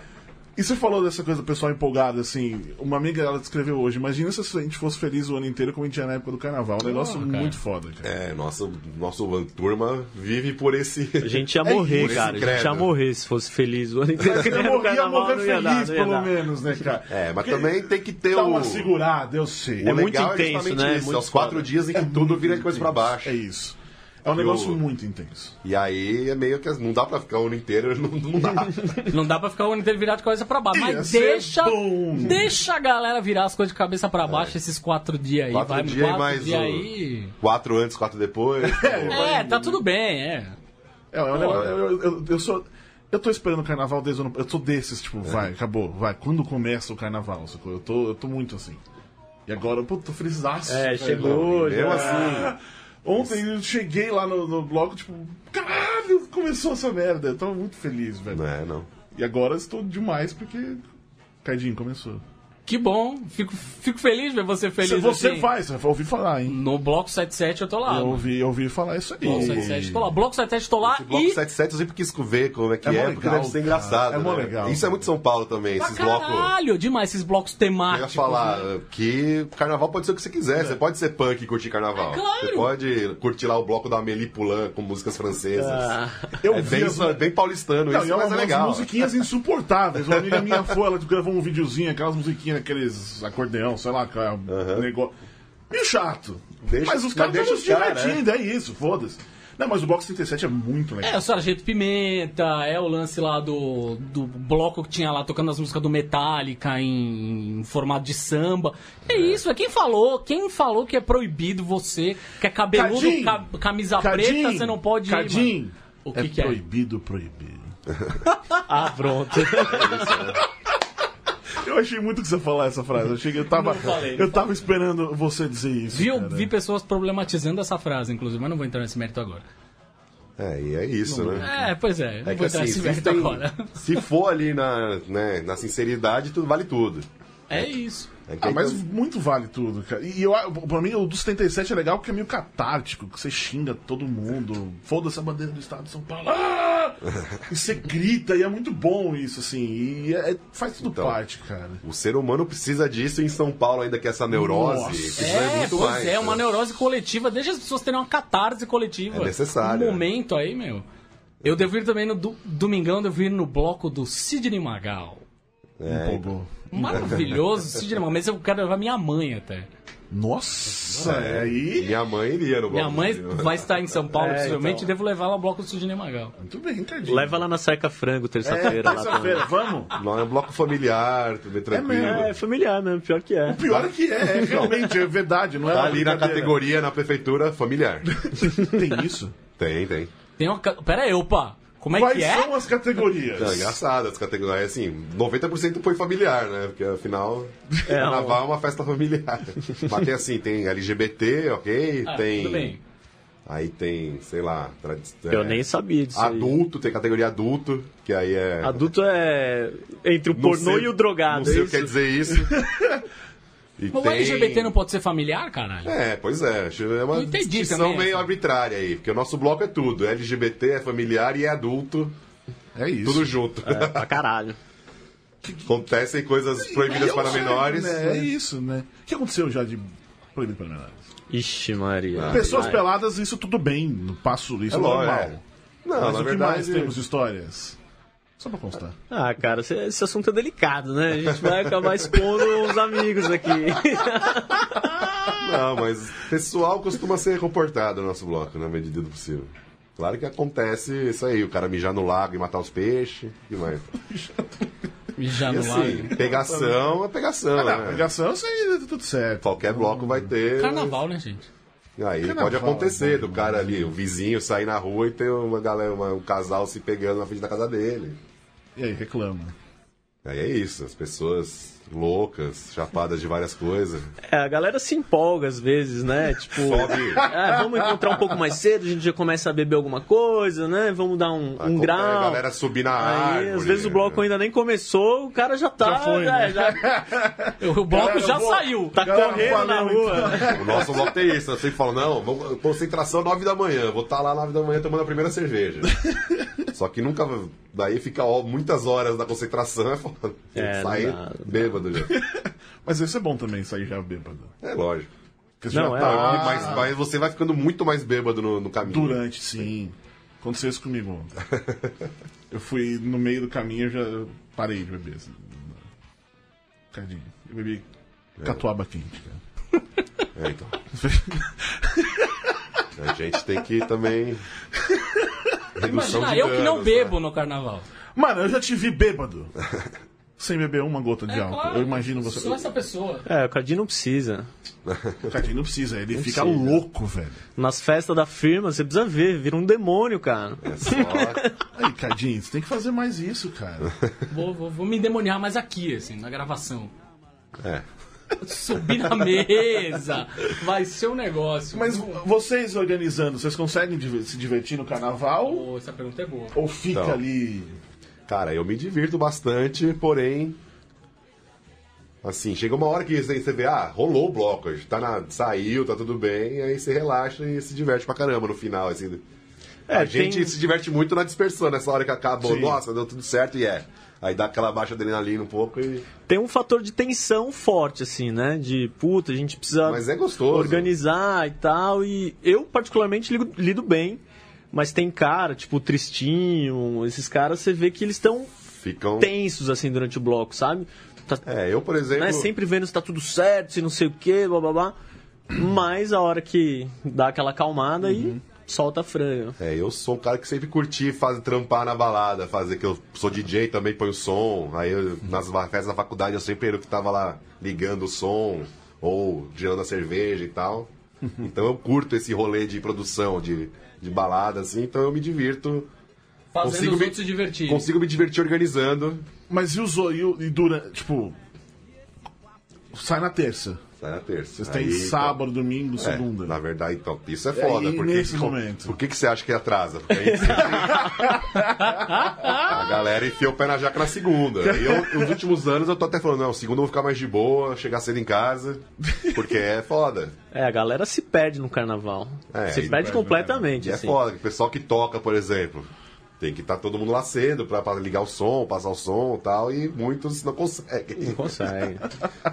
Speaker 2: E você falou dessa coisa do pessoal empolgado, assim. Uma amiga ela descreveu hoje. Imagina se a gente fosse feliz o ano inteiro como a gente é na época do carnaval. Um negócio
Speaker 1: cara.
Speaker 2: muito foda,
Speaker 3: [laughs]
Speaker 2: cara.
Speaker 5: É, nossa, nosso turma vive por esse.
Speaker 3: A gente ia
Speaker 2: É
Speaker 3: morrer,
Speaker 5: isso,
Speaker 3: cara. A gente
Speaker 5: credo.
Speaker 3: ia morrer se fosse feliz [laughs] o ano inteiro.
Speaker 2: Eu morria
Speaker 3: Carnaval
Speaker 2: morrer
Speaker 3: não ia
Speaker 2: feliz,
Speaker 3: dar, não ia
Speaker 2: pelo
Speaker 3: dar.
Speaker 2: menos, né, cara?
Speaker 5: É, mas também tem que ter
Speaker 2: Dá
Speaker 5: o.
Speaker 2: uma segurada, eu sei.
Speaker 5: o
Speaker 2: É,
Speaker 3: muito
Speaker 5: legal
Speaker 3: intenso,
Speaker 5: justamente
Speaker 3: né? É
Speaker 5: Isso,
Speaker 3: muito
Speaker 5: é os quatro
Speaker 3: foda.
Speaker 5: dias em que tudo vira coisa pra baixo.
Speaker 2: é isso. É um negócio
Speaker 5: Eu-
Speaker 2: muito intenso.
Speaker 5: E aí é meio que as- não dá pra ficar o ano inteiro, [laughs] não, não dá.
Speaker 1: Não dá pra ficar o ano inteiro virado de cabeça pra baixo.
Speaker 2: Ia
Speaker 1: Mas
Speaker 2: ser
Speaker 1: deixa,
Speaker 2: bom.
Speaker 1: deixa a galera virar as coisas de cabeça pra baixo esses quatro dias aí.
Speaker 5: É. Quatro
Speaker 1: vai,
Speaker 5: dias e
Speaker 1: quatro
Speaker 5: mais
Speaker 1: dias
Speaker 5: o-
Speaker 1: aí.
Speaker 5: Quatro antes, quatro depois.
Speaker 1: É, tá tudo bem, é.
Speaker 2: É, é um negócio- eu, eu, eu, eu sou. Eu tô esperando o carnaval desde o ano. Eu tô desses, tipo,
Speaker 5: É.
Speaker 2: vai, acabou, vai. Quando começa o carnaval, sacou? Eu tô, eu tô muito assim. E agora, pô, tô frisaço.
Speaker 3: É,
Speaker 2: velho.
Speaker 3: chegou,
Speaker 5: Mesmo
Speaker 3: já.
Speaker 5: assim.
Speaker 2: [laughs] Ontem eu cheguei lá no, no bloco, tipo, caralho, começou essa merda. Eu tava muito feliz, velho.
Speaker 5: Não é, não.
Speaker 2: E agora estou demais porque. Cadinho, começou.
Speaker 1: Que bom. Fico, fico feliz de ver você
Speaker 2: Você,
Speaker 1: feliz.
Speaker 2: você
Speaker 1: assim.
Speaker 2: faz, eu ouvi falar, hein?
Speaker 1: No Bloco 77 eu tô lá.
Speaker 2: Eu
Speaker 1: mano.
Speaker 2: ouvi, eu ouvi falar isso aí.
Speaker 1: Bloco 77 tô lá. Bloco 77 tô lá
Speaker 5: Esse bloco
Speaker 1: Ah, e.
Speaker 5: 77 eu sempre quis ver como é que
Speaker 2: É mó
Speaker 5: é, porque
Speaker 2: legal,
Speaker 5: deve ser
Speaker 2: cara.
Speaker 5: engraçado.
Speaker 2: É mó
Speaker 5: né?
Speaker 2: legal.
Speaker 5: Isso é muito São Paulo também,
Speaker 1: Pra
Speaker 5: esses blocos.
Speaker 1: caralho, demais esses blocos [laughs]
Speaker 5: Eu ia
Speaker 1: temáticos.
Speaker 5: falar
Speaker 1: assim.
Speaker 5: que carnaval pode ser o que você quiser. Você pode ser punk e curtir carnaval.
Speaker 1: É claro.
Speaker 5: Você pode curtir lá o bloco da Amélie Poulain com músicas francesas.
Speaker 1: Ah.
Speaker 2: Eu
Speaker 5: é
Speaker 2: vi
Speaker 5: bem,
Speaker 2: as-
Speaker 5: bem paulistano
Speaker 2: Não,
Speaker 5: isso,
Speaker 2: e é
Speaker 5: mas é
Speaker 2: umas
Speaker 5: legal.
Speaker 2: musiquinhas insuportáveis. Uma amiga minha foi, ela gravou um videozinho, aquelas musiquinhas, aqueles acordeão, sei lá, aquela negócio. Meio chato.
Speaker 5: Deixa-
Speaker 2: mas os
Speaker 5: mas
Speaker 2: caras
Speaker 5: deixa
Speaker 2: estão
Speaker 5: os
Speaker 2: se
Speaker 5: cara, né?
Speaker 2: divertindo, é isso, foda-se. Não, mas o Box 37 é muito legal.
Speaker 1: É, o Sargento Pimenta, é o lance lá do, do bloco que tinha lá tocando as músicas do Metallica em, em formato de samba. É, isso, é quem falou, quem falou que é proibido você, que é cabeludo,
Speaker 2: Cadinho,
Speaker 1: ca- camisa É, tá preta, você não pode ir.
Speaker 2: Cadim,
Speaker 1: mano. O que
Speaker 2: é
Speaker 1: que é?
Speaker 2: proibido proibir.
Speaker 3: Ah, pronto.
Speaker 2: Eu achei muito que você falar essa frase. Eu, achei que eu tava,
Speaker 1: falei, não
Speaker 2: eu tava esperando você dizer isso.
Speaker 1: Vi, eu
Speaker 2: cara.
Speaker 1: vi pessoas problematizando essa frase, inclusive, mas não vou entrar nesse mérito agora.
Speaker 5: É, e é isso, né?
Speaker 1: É, pois é, não
Speaker 5: É que
Speaker 1: vou entrar
Speaker 5: assim,
Speaker 1: nesse mérito
Speaker 5: existem-
Speaker 1: agora.
Speaker 5: se for ali na, né, na sinceridade, tudo vale tudo.
Speaker 1: É isso.
Speaker 5: É que
Speaker 2: Ah,
Speaker 5: aí
Speaker 2: mas
Speaker 5: tem-
Speaker 2: muito vale tudo, cara. E eu, pra mim, o dos 77 é legal porque é meio catártico, que você xinga todo mundo, foda-se a bandeira do estado de São Paulo. Ah! e você grita, e é muito bom isso, assim. E é- é- faz tudo
Speaker 5: Então.
Speaker 2: parte, cara.
Speaker 5: o ser humano precisa disso em São Paulo, ainda que é essa neurose.
Speaker 2: Nossa.
Speaker 5: que isso
Speaker 1: É,
Speaker 5: muito
Speaker 1: pois
Speaker 5: mais,
Speaker 1: é, uma
Speaker 5: né?
Speaker 1: neurose coletiva. Deixa as pessoas terem uma catarse coletiva.
Speaker 5: É necessário,
Speaker 1: Um momento aí, meu. Eu devo ir também no do- domingão, devo ir no bloco do Sidney Magal.
Speaker 2: É, Empolgou.
Speaker 5: então. [laughs]
Speaker 1: Maravilhoso, Sidney Magal. Mas eu quero levar minha mãe até.
Speaker 2: Nossa,
Speaker 5: É,
Speaker 2: aí.
Speaker 5: Minha mãe iria no bloco.
Speaker 1: Minha mãe
Speaker 5: viu?
Speaker 1: vai estar em São Paulo,
Speaker 3: É,
Speaker 1: possivelmente,
Speaker 3: então.
Speaker 1: e devo levá-la ao bloco do Sidney Magal.
Speaker 2: Muito bem, Cadinho.
Speaker 3: Leva lá na Seca Frango
Speaker 2: é,
Speaker 3: terça-feira. lá também.
Speaker 2: terça-feira, vamos?
Speaker 5: Não, é um bloco familiar, tudo bem tranquilo.
Speaker 2: mesmo,
Speaker 3: É, familiar mesmo, pior que é.
Speaker 2: Pior é que é, é realmente, é verdade, não é?
Speaker 5: Tá
Speaker 2: uma
Speaker 5: ali na
Speaker 2: brincadeira.
Speaker 5: categoria, na prefeitura, familiar. [laughs]
Speaker 2: Tem isso?
Speaker 5: Tem, tem.
Speaker 1: Tem uma. ca- Pera aí, opa! Como é
Speaker 2: Quais
Speaker 1: que é?
Speaker 2: são as categorias?
Speaker 5: Não, é engraçado as categorias. Assim, 90% foi familiar, né? Porque
Speaker 3: [laughs]
Speaker 5: afinal, carnaval é uma festa familiar. Mas tem assim, tem LGBT, ok?
Speaker 1: Ah,
Speaker 5: tem.
Speaker 1: Tudo bem.
Speaker 5: Aí tem, sei lá, tradi-
Speaker 3: Eu
Speaker 5: é,
Speaker 3: nem sabia disso. aí.
Speaker 5: Adulto, tem categoria adulto, que aí é.
Speaker 3: Adulto é entre o
Speaker 5: Não
Speaker 3: pornô
Speaker 5: sei-
Speaker 3: e o drogado.
Speaker 5: Não sei
Speaker 3: é
Speaker 5: o que quer
Speaker 3: isso?
Speaker 5: dizer
Speaker 3: [laughs]
Speaker 5: isso. E
Speaker 1: Mas o
Speaker 5: tem-
Speaker 1: LGBT não pode ser familiar, caralho?
Speaker 5: É, pois é. acho que É uma
Speaker 1: Não entendi
Speaker 5: distinção
Speaker 1: também
Speaker 5: meio
Speaker 1: essa.
Speaker 5: arbitrária aí, porque o nosso bloco é tudo. É LGBT, é familiar e é adulto,
Speaker 2: É isso.
Speaker 5: tudo junto. [laughs]
Speaker 3: É, pra caralho.
Speaker 2: um
Speaker 5: Acontecem coisas proibidas para menores.
Speaker 2: né?
Speaker 5: né?
Speaker 2: É
Speaker 5: É
Speaker 2: isso, né? O que aconteceu já de Proibido pela minha análise.
Speaker 3: Ixi, Maria.
Speaker 2: Pessoas peladas, isso tudo bem. No passo, isso é
Speaker 5: lógico,
Speaker 2: normal.
Speaker 5: Ah, é.
Speaker 2: Mas
Speaker 5: Não, na
Speaker 2: o que
Speaker 5: verdade-
Speaker 2: mais temos histórias? Só pra constar.
Speaker 3: Ah, cara, esse, esse assunto é delicado, né? A gente vai acabar expondo os amigos aqui. [laughs]
Speaker 5: Não, mas o pessoal costuma ser comportado no nosso bloco, na medida do possível. Claro que acontece isso aí, o cara mijar no lago e matar os peixes, que mais?
Speaker 1: Já
Speaker 5: E
Speaker 1: no
Speaker 5: assim,
Speaker 1: lago.
Speaker 5: pegação é pegação,
Speaker 2: então, Ah, não,
Speaker 5: né?
Speaker 2: pegação, isso aí tá tudo certo.
Speaker 5: Qualquer bloco vai ter.
Speaker 1: Carnaval, né, gente?
Speaker 5: Aí
Speaker 2: Carnaval, né?
Speaker 5: pode acontecer do cara ali, o vizinho sair na rua e ter uma galera, uma- um casal se pegando na frente da casa dele.
Speaker 2: E aí, reclama.
Speaker 5: Aí é isso, as pessoas loucas, chapadas de várias coisas.
Speaker 3: É, a galera se empolga às vezes, né? Tipo,
Speaker 5: Sobe.
Speaker 3: ah, vamos encontrar um pouco mais cedo, a gente já começa a beber alguma coisa, né? Vamos dar um, um
Speaker 5: Aí
Speaker 3: grau.
Speaker 5: A Ah, é, galera subir na
Speaker 3: Aí,
Speaker 5: árvore.
Speaker 3: às vezes o bloco ainda nem começou, o cara já tá.
Speaker 2: Já foi,
Speaker 3: é,
Speaker 2: né?
Speaker 3: já
Speaker 1: O bloco
Speaker 2: Galera,
Speaker 1: já
Speaker 2: eu vou-
Speaker 1: saiu.
Speaker 3: tá
Speaker 2: Galera,
Speaker 3: correndo na
Speaker 2: valeu,
Speaker 3: rua.
Speaker 5: O nosso bloco tem isso, né? sempre fala, não, vamos- concentração 9 da manhã, vou estar lá 9 da manhã tomando a
Speaker 3: [laughs]
Speaker 5: primeira cerveja. Só que nunca. Daí fica ó, muitas horas da concentração, [laughs] é foda.
Speaker 3: É, não
Speaker 5: Sair
Speaker 3: dá, não dá.
Speaker 5: bêbado já.
Speaker 2: Mas isso é bom também, sair já bêbado.
Speaker 5: É lógico.
Speaker 2: Porque você
Speaker 3: Não,
Speaker 2: já
Speaker 3: é
Speaker 2: tá
Speaker 3: ótimo.
Speaker 5: Mas, mas você vai ficando muito mais bêbado no, no caminho.
Speaker 2: durante, sim. Aconteceu isso comigo
Speaker 5: [laughs]
Speaker 2: ontem. Eu fui no meio do caminho, eu já parei de beber. Assim. Cadinho. Eu bebi catuaba quente, cara.
Speaker 5: É, então. A gente tem que também. Redução
Speaker 1: Imagina,
Speaker 5: de
Speaker 1: eu que não
Speaker 5: danos,
Speaker 1: bebo no carnaval.
Speaker 2: Mano, eu já te vi
Speaker 5: [laughs]
Speaker 2: bêbado. Sem beber uma gota de
Speaker 1: É
Speaker 2: álcool.
Speaker 1: claro.
Speaker 2: Eu imagino você.
Speaker 1: Sou essa pessoa.
Speaker 3: É, o Cardinho não precisa.
Speaker 2: O Cadinho não precisa, ele fica
Speaker 3: precisa.
Speaker 2: louco, velho.
Speaker 3: Nas festas da firma, você precisa ver, vira um demônio, cara.
Speaker 5: né?
Speaker 3: [laughs]
Speaker 5: É só.
Speaker 2: Aí, Cadinho, você tem que fazer mais isso,
Speaker 5: [laughs]
Speaker 2: cara.
Speaker 1: Vou, vou, vou me endemoniar mais aqui, assim, na gravação.
Speaker 5: É.
Speaker 1: Subir na [laughs] mesa. Vai ser um negócio.
Speaker 2: Mas vocês organizando, vocês conseguem div- se divertir no carnaval?
Speaker 1: Pô, essa pergunta é boa.
Speaker 2: Ou fica
Speaker 5: Não.
Speaker 2: ali.
Speaker 5: Cara, eu me divirto bastante, porém. Assim, chega uma hora que você você vê, ah, rolou o bloco, a gente tá na, saiu, tá tudo bem, aí você relaxa e se diverte pra caramba no final, assim.
Speaker 3: É,
Speaker 5: a gente
Speaker 3: tem-
Speaker 5: se diverte muito na dispersão, nessa hora que acabou,
Speaker 2: Sim.
Speaker 5: nossa, deu tudo certo e é. Aí dá aquela baixa adrenalina um pouco e.
Speaker 3: Tem um fator de tensão forte, assim, né? De puta, a gente precisa
Speaker 5: Mas é gostoso.
Speaker 3: organizar e tal. E eu, particularmente, ligo- lido, bem. Mas tem cara, tipo, o Tristinho, esses caras, você vê que eles estão
Speaker 5: Ficam.
Speaker 3: tensos, assim, durante o bloco, sabe? Tá,
Speaker 5: É, eu, por exemplo.
Speaker 3: né, Sempre vendo se tá tudo certo, se não sei o quê, blá blá blá. Mas a hora que dá aquela acalmada
Speaker 5: Uhum.
Speaker 3: aí, solta a franga.
Speaker 5: É, eu sou um cara que sempre curti fazer, trampar na balada, fazer que eu sou DJ também, põe o som. Aí eu, nas va- festas da faculdade eu sempre era o que tava lá ligando o som ou girando a cerveja e tal. Então eu curto esse rolê de produção, de, de balada, assim, então eu me divirto.
Speaker 1: Fazendo
Speaker 5: Consigo
Speaker 1: os
Speaker 5: me-
Speaker 1: outros se divertir.
Speaker 5: Consigo me divertir organizando.
Speaker 2: Mas e os o- e, o- e durante. Tipo. Sai na terça.
Speaker 5: Sai na terça.
Speaker 2: Vocês têm
Speaker 5: Aí,
Speaker 2: sábado, domingo,
Speaker 5: então, é,
Speaker 2: segunda.
Speaker 5: na verdade, então, isso é foda.
Speaker 2: aí,
Speaker 5: porque,
Speaker 2: nesse momento?
Speaker 5: Por que, que você acha que atrasa? Porque aí você- [laughs] A galera enfia o pé na jaca na segunda. E eu, nos últimos anos, eu tô até falando, não, segunda eu vou ficar mais de boa, chegar cedo em casa, porque é foda.
Speaker 3: É, a galera se perde no carnaval.
Speaker 5: É,
Speaker 3: se
Speaker 5: aí
Speaker 3: perde
Speaker 2: perde no
Speaker 3: completamente,
Speaker 5: E é
Speaker 3: assim.
Speaker 5: foda, o pessoal que toca, por exemplo, tem que estar todo mundo lá cedo pra, pra ligar o som, passar o som e tal, e muitos não
Speaker 3: Não
Speaker 5: conseguem.
Speaker 3: consegue.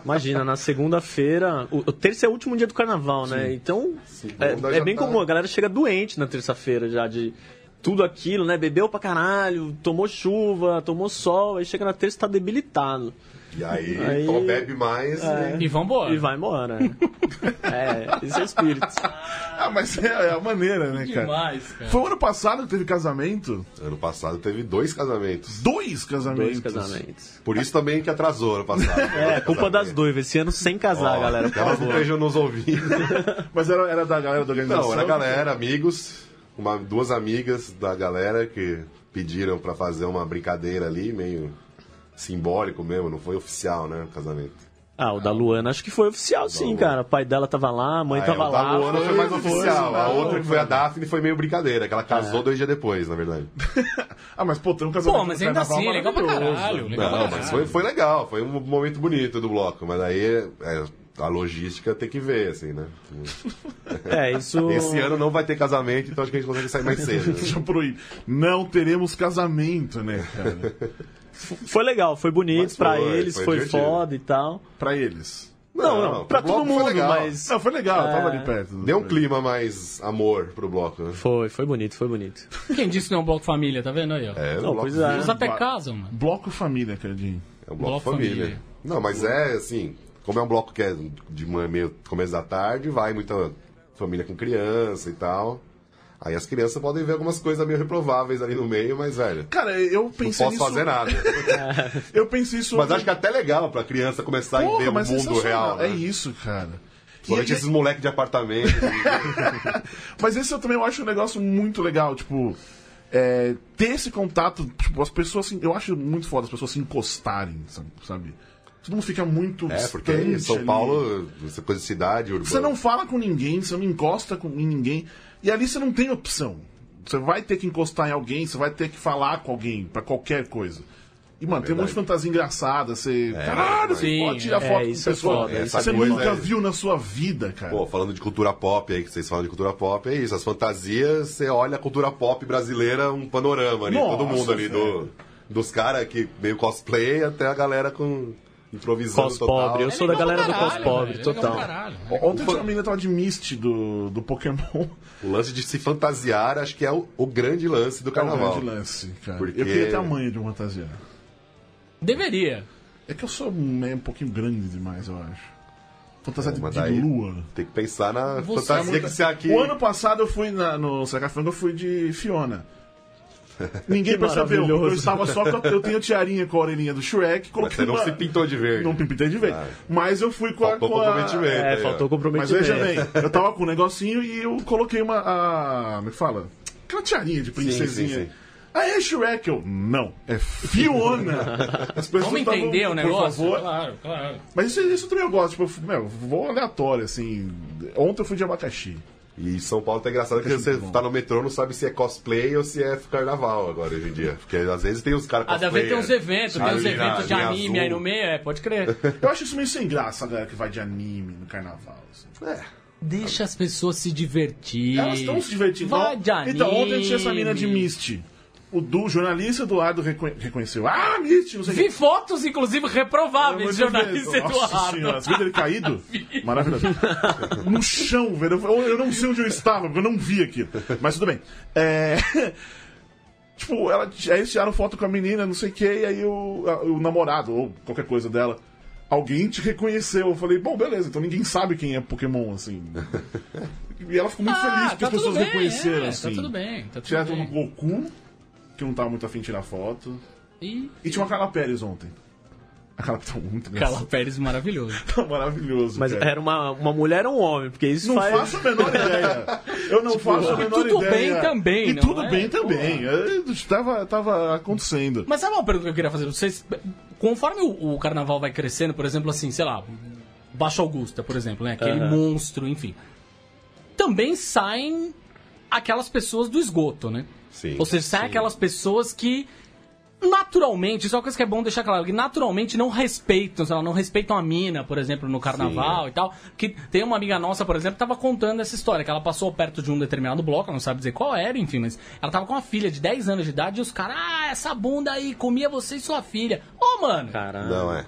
Speaker 3: Imagina, na segunda-feira. O, o terça é o último dia do carnaval, né? Então,
Speaker 5: Segunda
Speaker 3: é, é
Speaker 5: já
Speaker 3: bem
Speaker 5: tá-
Speaker 3: comum. A galera chega doente na terça-feira já de tudo aquilo, né? Bebeu pra caralho, tomou chuva, tomou sol, aí chega na terça e tá debilitado.
Speaker 5: E aí,
Speaker 3: Aí- é.
Speaker 5: então bebe mais. né?
Speaker 1: E vambora.
Speaker 3: E vai embora. né?
Speaker 5: [laughs]
Speaker 3: é, isso é espírito.
Speaker 2: Ah, mas é, é a maneira, né, cara?
Speaker 1: Demais, cara.
Speaker 2: Foi o ano passado que teve casamento?
Speaker 5: e Ano passado teve dois casamentos.
Speaker 2: Dois casamentos.
Speaker 3: Dois casamentos.
Speaker 5: Por isso também que atrasou ano passado.
Speaker 3: É, culpa das duas. Esse ano sem casar, galera, por
Speaker 5: Elas não
Speaker 3: favor.
Speaker 5: beijam nos ouvidos.
Speaker 2: Mas era, era da galera da organização?
Speaker 5: Não, era a galera, amigos, uma, duas amigas da galera que pediram pra fazer uma brincadeira ali, meio simbólico mesmo, não foi oficial, né, o casamento.
Speaker 3: Ah, o da Luana acho que foi oficial, sim,
Speaker 5: Luana.
Speaker 3: cara. O pai dela tava lá, a mãe
Speaker 5: Aí,
Speaker 3: Então tava
Speaker 5: Ah,
Speaker 3: lá.
Speaker 5: é, o da Luana foi mais
Speaker 2: foi
Speaker 5: oficial, a
Speaker 2: oficial,
Speaker 5: outra que foi a Daphne foi meio brincadeira, que ela
Speaker 3: É.
Speaker 5: casou dois dias depois, na verdade.
Speaker 3: [laughs]
Speaker 2: Ah, mas pô, tem um casamento.
Speaker 1: Pô, mas
Speaker 2: no
Speaker 1: ainda
Speaker 2: carnaval
Speaker 1: assim, é legal pra
Speaker 2: maravilhoso.
Speaker 1: caralho. Legal
Speaker 5: Não,
Speaker 1: pra
Speaker 5: mas
Speaker 1: caralho.
Speaker 5: foi, foi legal, foi um momento bonito do bloco, mas aí é, a logística tem que ver, assim, né?
Speaker 3: É, isso.
Speaker 5: Esse ano não vai ter casamento, então acho que a gente consegue sair mais cedo. né?
Speaker 2: [laughs] Deixa eu proibir. Não teremos casamento, né, cara?
Speaker 3: Foi legal, foi bonito
Speaker 5: Mas
Speaker 3: pra
Speaker 5: foi,
Speaker 3: eles,
Speaker 5: foi
Speaker 3: foi
Speaker 5: divertido.
Speaker 3: foda e tal.
Speaker 2: pra eles.
Speaker 3: Não, não, pra
Speaker 5: pro bloco
Speaker 3: todo
Speaker 5: foi
Speaker 3: mundo,
Speaker 5: legal.
Speaker 3: mas.
Speaker 2: Não, foi legal, eu tava ali perto.
Speaker 5: Deu um clima mais amor pro bloco. né?
Speaker 3: Foi, foi bonito, foi bonito.
Speaker 1: Quem disse que não é um bloco família, tá vendo aí, ó?
Speaker 5: É,
Speaker 3: Não,
Speaker 5: um bloco,
Speaker 3: pois é.
Speaker 1: Eles até casam, mano.
Speaker 2: Bloco Família, Cardinho.
Speaker 5: é um bloco,
Speaker 1: Bloco
Speaker 5: família.
Speaker 1: família.
Speaker 5: Não, mas é assim, como é um bloco que é de manhã, meio começo da tarde, vai muita família com criança e tal. Aí as crianças podem ver algumas coisas meio reprováveis ali no meio, mas, velho,
Speaker 2: Cara, eu
Speaker 5: não
Speaker 2: pensei
Speaker 5: posso
Speaker 2: nisso.
Speaker 5: fazer nada.
Speaker 2: [laughs] Eu pensei isso.
Speaker 5: mas acho que é até legal pra criança começar a
Speaker 2: Porra,
Speaker 5: ver o
Speaker 2: mas
Speaker 5: mundo
Speaker 2: sensacional.
Speaker 5: real. Né?
Speaker 2: É isso, cara. E-
Speaker 5: Somente
Speaker 2: e-
Speaker 5: esses moleques
Speaker 2: [laughs]
Speaker 5: de apartamento.
Speaker 2: Mas esse eu também eu acho um negócio muito legal, tipo. é, ter esse contato, tipo, as pessoas se- Eu acho muito foda as pessoas se encostarem, sabe- sabe? Todo mundo fica muito.
Speaker 5: é, porque
Speaker 2: distante
Speaker 5: em São
Speaker 2: ali.
Speaker 5: Paulo, essa coisa de cidade, urbana.
Speaker 2: Você não fala com ninguém, você não encosta com, em ninguém. E ali você não tem opção. Você vai ter que encostar em alguém, você vai ter que falar com alguém pra qualquer coisa. E, mano, tem um monte de
Speaker 5: verdade. É,
Speaker 2: fantasia engraçada. Você. Caralho, você
Speaker 1: Sim,
Speaker 2: pode tirar
Speaker 3: é,
Speaker 2: foto
Speaker 3: isso
Speaker 2: com
Speaker 3: é
Speaker 2: pessoa
Speaker 3: foda,
Speaker 2: que
Speaker 5: isso é
Speaker 2: você
Speaker 5: coisa,
Speaker 2: nunca
Speaker 5: é.
Speaker 2: viu na sua vida, cara.
Speaker 5: Pô, falando de cultura pop aí, que vocês falam de cultura pop, é isso. As fantasias, você olha a cultura pop brasileira, um panorama ali,
Speaker 2: Nossa,
Speaker 5: todo mundo ali,
Speaker 2: velho.
Speaker 5: do, dos caras que meio cosplay até a galera com improvisando
Speaker 3: Cospobre, eu
Speaker 5: total.
Speaker 3: sou da galera do
Speaker 1: Caralho,
Speaker 3: cospobre,
Speaker 1: velho, é legal
Speaker 3: total.
Speaker 1: pra caralho.
Speaker 2: Ontem tinha uma menina que tava de Mist do, do Pokémon.
Speaker 5: O lance de se fantasiar, acho que é o, o grande lance do
Speaker 2: É um
Speaker 5: carnaval.
Speaker 2: grande lance, cara.
Speaker 5: Porque-
Speaker 2: Eu queria ter a manha de uma fantasia.
Speaker 1: Deveria.
Speaker 2: É que eu sou meio um pouquinho grande demais, eu acho. Fantasia de,
Speaker 5: Mas
Speaker 2: de
Speaker 5: daí-
Speaker 2: lua.
Speaker 5: Tem que pensar na
Speaker 1: Você é
Speaker 5: fantasia
Speaker 1: muito-
Speaker 5: que você aqui.
Speaker 2: O ano passado eu fui na, no Sacafanga, eu fui de
Speaker 5: [laughs]
Speaker 2: Fiona. Ninguém percebeu, porque eu
Speaker 3: maravilhoso.
Speaker 2: estava só com a, Eu tenho a tiarinha com a orelhinha do Shrek.
Speaker 5: Mas
Speaker 2: Coloquei
Speaker 5: você não
Speaker 2: uma-
Speaker 5: se pintou de verde.
Speaker 2: Não me pintei de vez.
Speaker 5: Ah.
Speaker 2: Mas eu fui com a.
Speaker 5: Faltou
Speaker 2: com a-
Speaker 5: comprometimento.
Speaker 3: É,
Speaker 5: aí,
Speaker 3: faltou
Speaker 5: ó.
Speaker 2: Mas veja
Speaker 3: comprometimento.
Speaker 2: bem, eu tava com um negocinho e eu coloquei uma. A, me fala. Aquela tiarinha de princesinha.
Speaker 5: sim, sim.
Speaker 2: Aí é Shrek, eu. Não, é Fiona. As pessoas
Speaker 1: Vamos
Speaker 2: tavam,
Speaker 1: entender o
Speaker 2: por
Speaker 1: negócio?
Speaker 2: favor.
Speaker 1: Claro, claro.
Speaker 2: Mas isso, isso também eu gosto. Tipo, eu fui- meu, vou aleatório, assim. Ontem eu fui de abacaxi.
Speaker 5: E em São Paulo tá engraçado que
Speaker 2: É
Speaker 5: você
Speaker 2: muito bom.
Speaker 5: tá no metrô não sabe se é cosplay ou se é carnaval agora hoje em dia. Porque às vezes tem uns caras
Speaker 1: Ah,
Speaker 5: cosplay.
Speaker 1: deve ter uns eventos, tem uns
Speaker 5: ah,
Speaker 1: eventos de anime aí no
Speaker 5: meio.
Speaker 1: meio, é, pode crer.
Speaker 2: Eu acho isso meio sem graça, a galera que vai de anime no carnaval. assim.
Speaker 5: É.
Speaker 1: Deixa as pessoas se divertir.
Speaker 2: Elas estão se divertindo.
Speaker 1: Vai de anime.
Speaker 2: Então, ontem tinha essa mina de Mist. O do o jornalista Eduardo reconhe- reconheceu. Ah, Mist, não sei o
Speaker 1: Vi
Speaker 2: quê.
Speaker 1: fotos, inclusive, reprováveis,
Speaker 2: Eu não
Speaker 1: jornalista
Speaker 2: vi. Nossa senhora,
Speaker 1: Eduardo.
Speaker 2: você viu
Speaker 1: [laughs]
Speaker 2: ele caído? Maravilhoso. No chão, velho. Eu, eu não sei onde eu estava, porque eu não vi aquilo. Mas tudo bem. É, [laughs] Tipo, ela, aí eles tiraram foto com a menina, não sei o quê, e aí o, a- o namorado, ou qualquer coisa dela, alguém te reconheceu. Eu falei, bom, beleza, então ninguém sabe quem é Pokémon, assim. E ela
Speaker 1: Ah,
Speaker 2: ficou muito feliz porque as pessoas reconheceram,
Speaker 1: tá é,
Speaker 2: assim.
Speaker 1: Tá tudo bem, tá tudo
Speaker 2: Tiraram o
Speaker 1: bem.
Speaker 2: Goku, que não tava muito afim de tirar foto.
Speaker 1: Ih,
Speaker 2: E tinha uma Carla Pérez ontem. A Carla Pérez tá muito
Speaker 1: Carla
Speaker 2: engraçada.
Speaker 1: Pérez maravilhoso.
Speaker 2: [laughs] Tá maravilhoso.
Speaker 5: É.
Speaker 3: Mas
Speaker 1: é,
Speaker 2: cara.
Speaker 3: era uma, uma mulher ou um homem, porque isso
Speaker 2: Não
Speaker 3: faz.
Speaker 2: faço a menor ideia. Eu não faço a
Speaker 1: e
Speaker 2: menor
Speaker 1: Tipo, tudo
Speaker 2: ideia.
Speaker 1: bem também,
Speaker 2: E
Speaker 1: não
Speaker 2: tudo
Speaker 1: é?
Speaker 2: bem também. Eu- Tava, tava acontecendo.
Speaker 1: Mas sabe uma pergunta que eu queria fazer? Vocês, conforme o, o carnaval vai crescendo, por exemplo, assim, sei lá, Baixo Augusta, por exemplo, né? Aquele
Speaker 3: Aham.
Speaker 1: monstro, enfim. Também saem aquelas pessoas do esgoto, né?
Speaker 5: Sim.
Speaker 1: Ou seja, saem aquelas pessoas que naturalmente, isso é uma coisa que é bom deixar claro, que naturalmente não respeitam, sei lá, não respeitam a mina, por exemplo, no carnaval e tal. Que tem uma amiga nossa, por exemplo, que tava contando essa história, que ela passou perto de um determinado bloco, ela não sabe dizer qual era, enfim, mas ela tava com uma filha de 10 anos de idade e os caras, ah, essa bunda aí, comia você e sua filha. Ô, mano!
Speaker 3: Caralho.
Speaker 5: Não, é.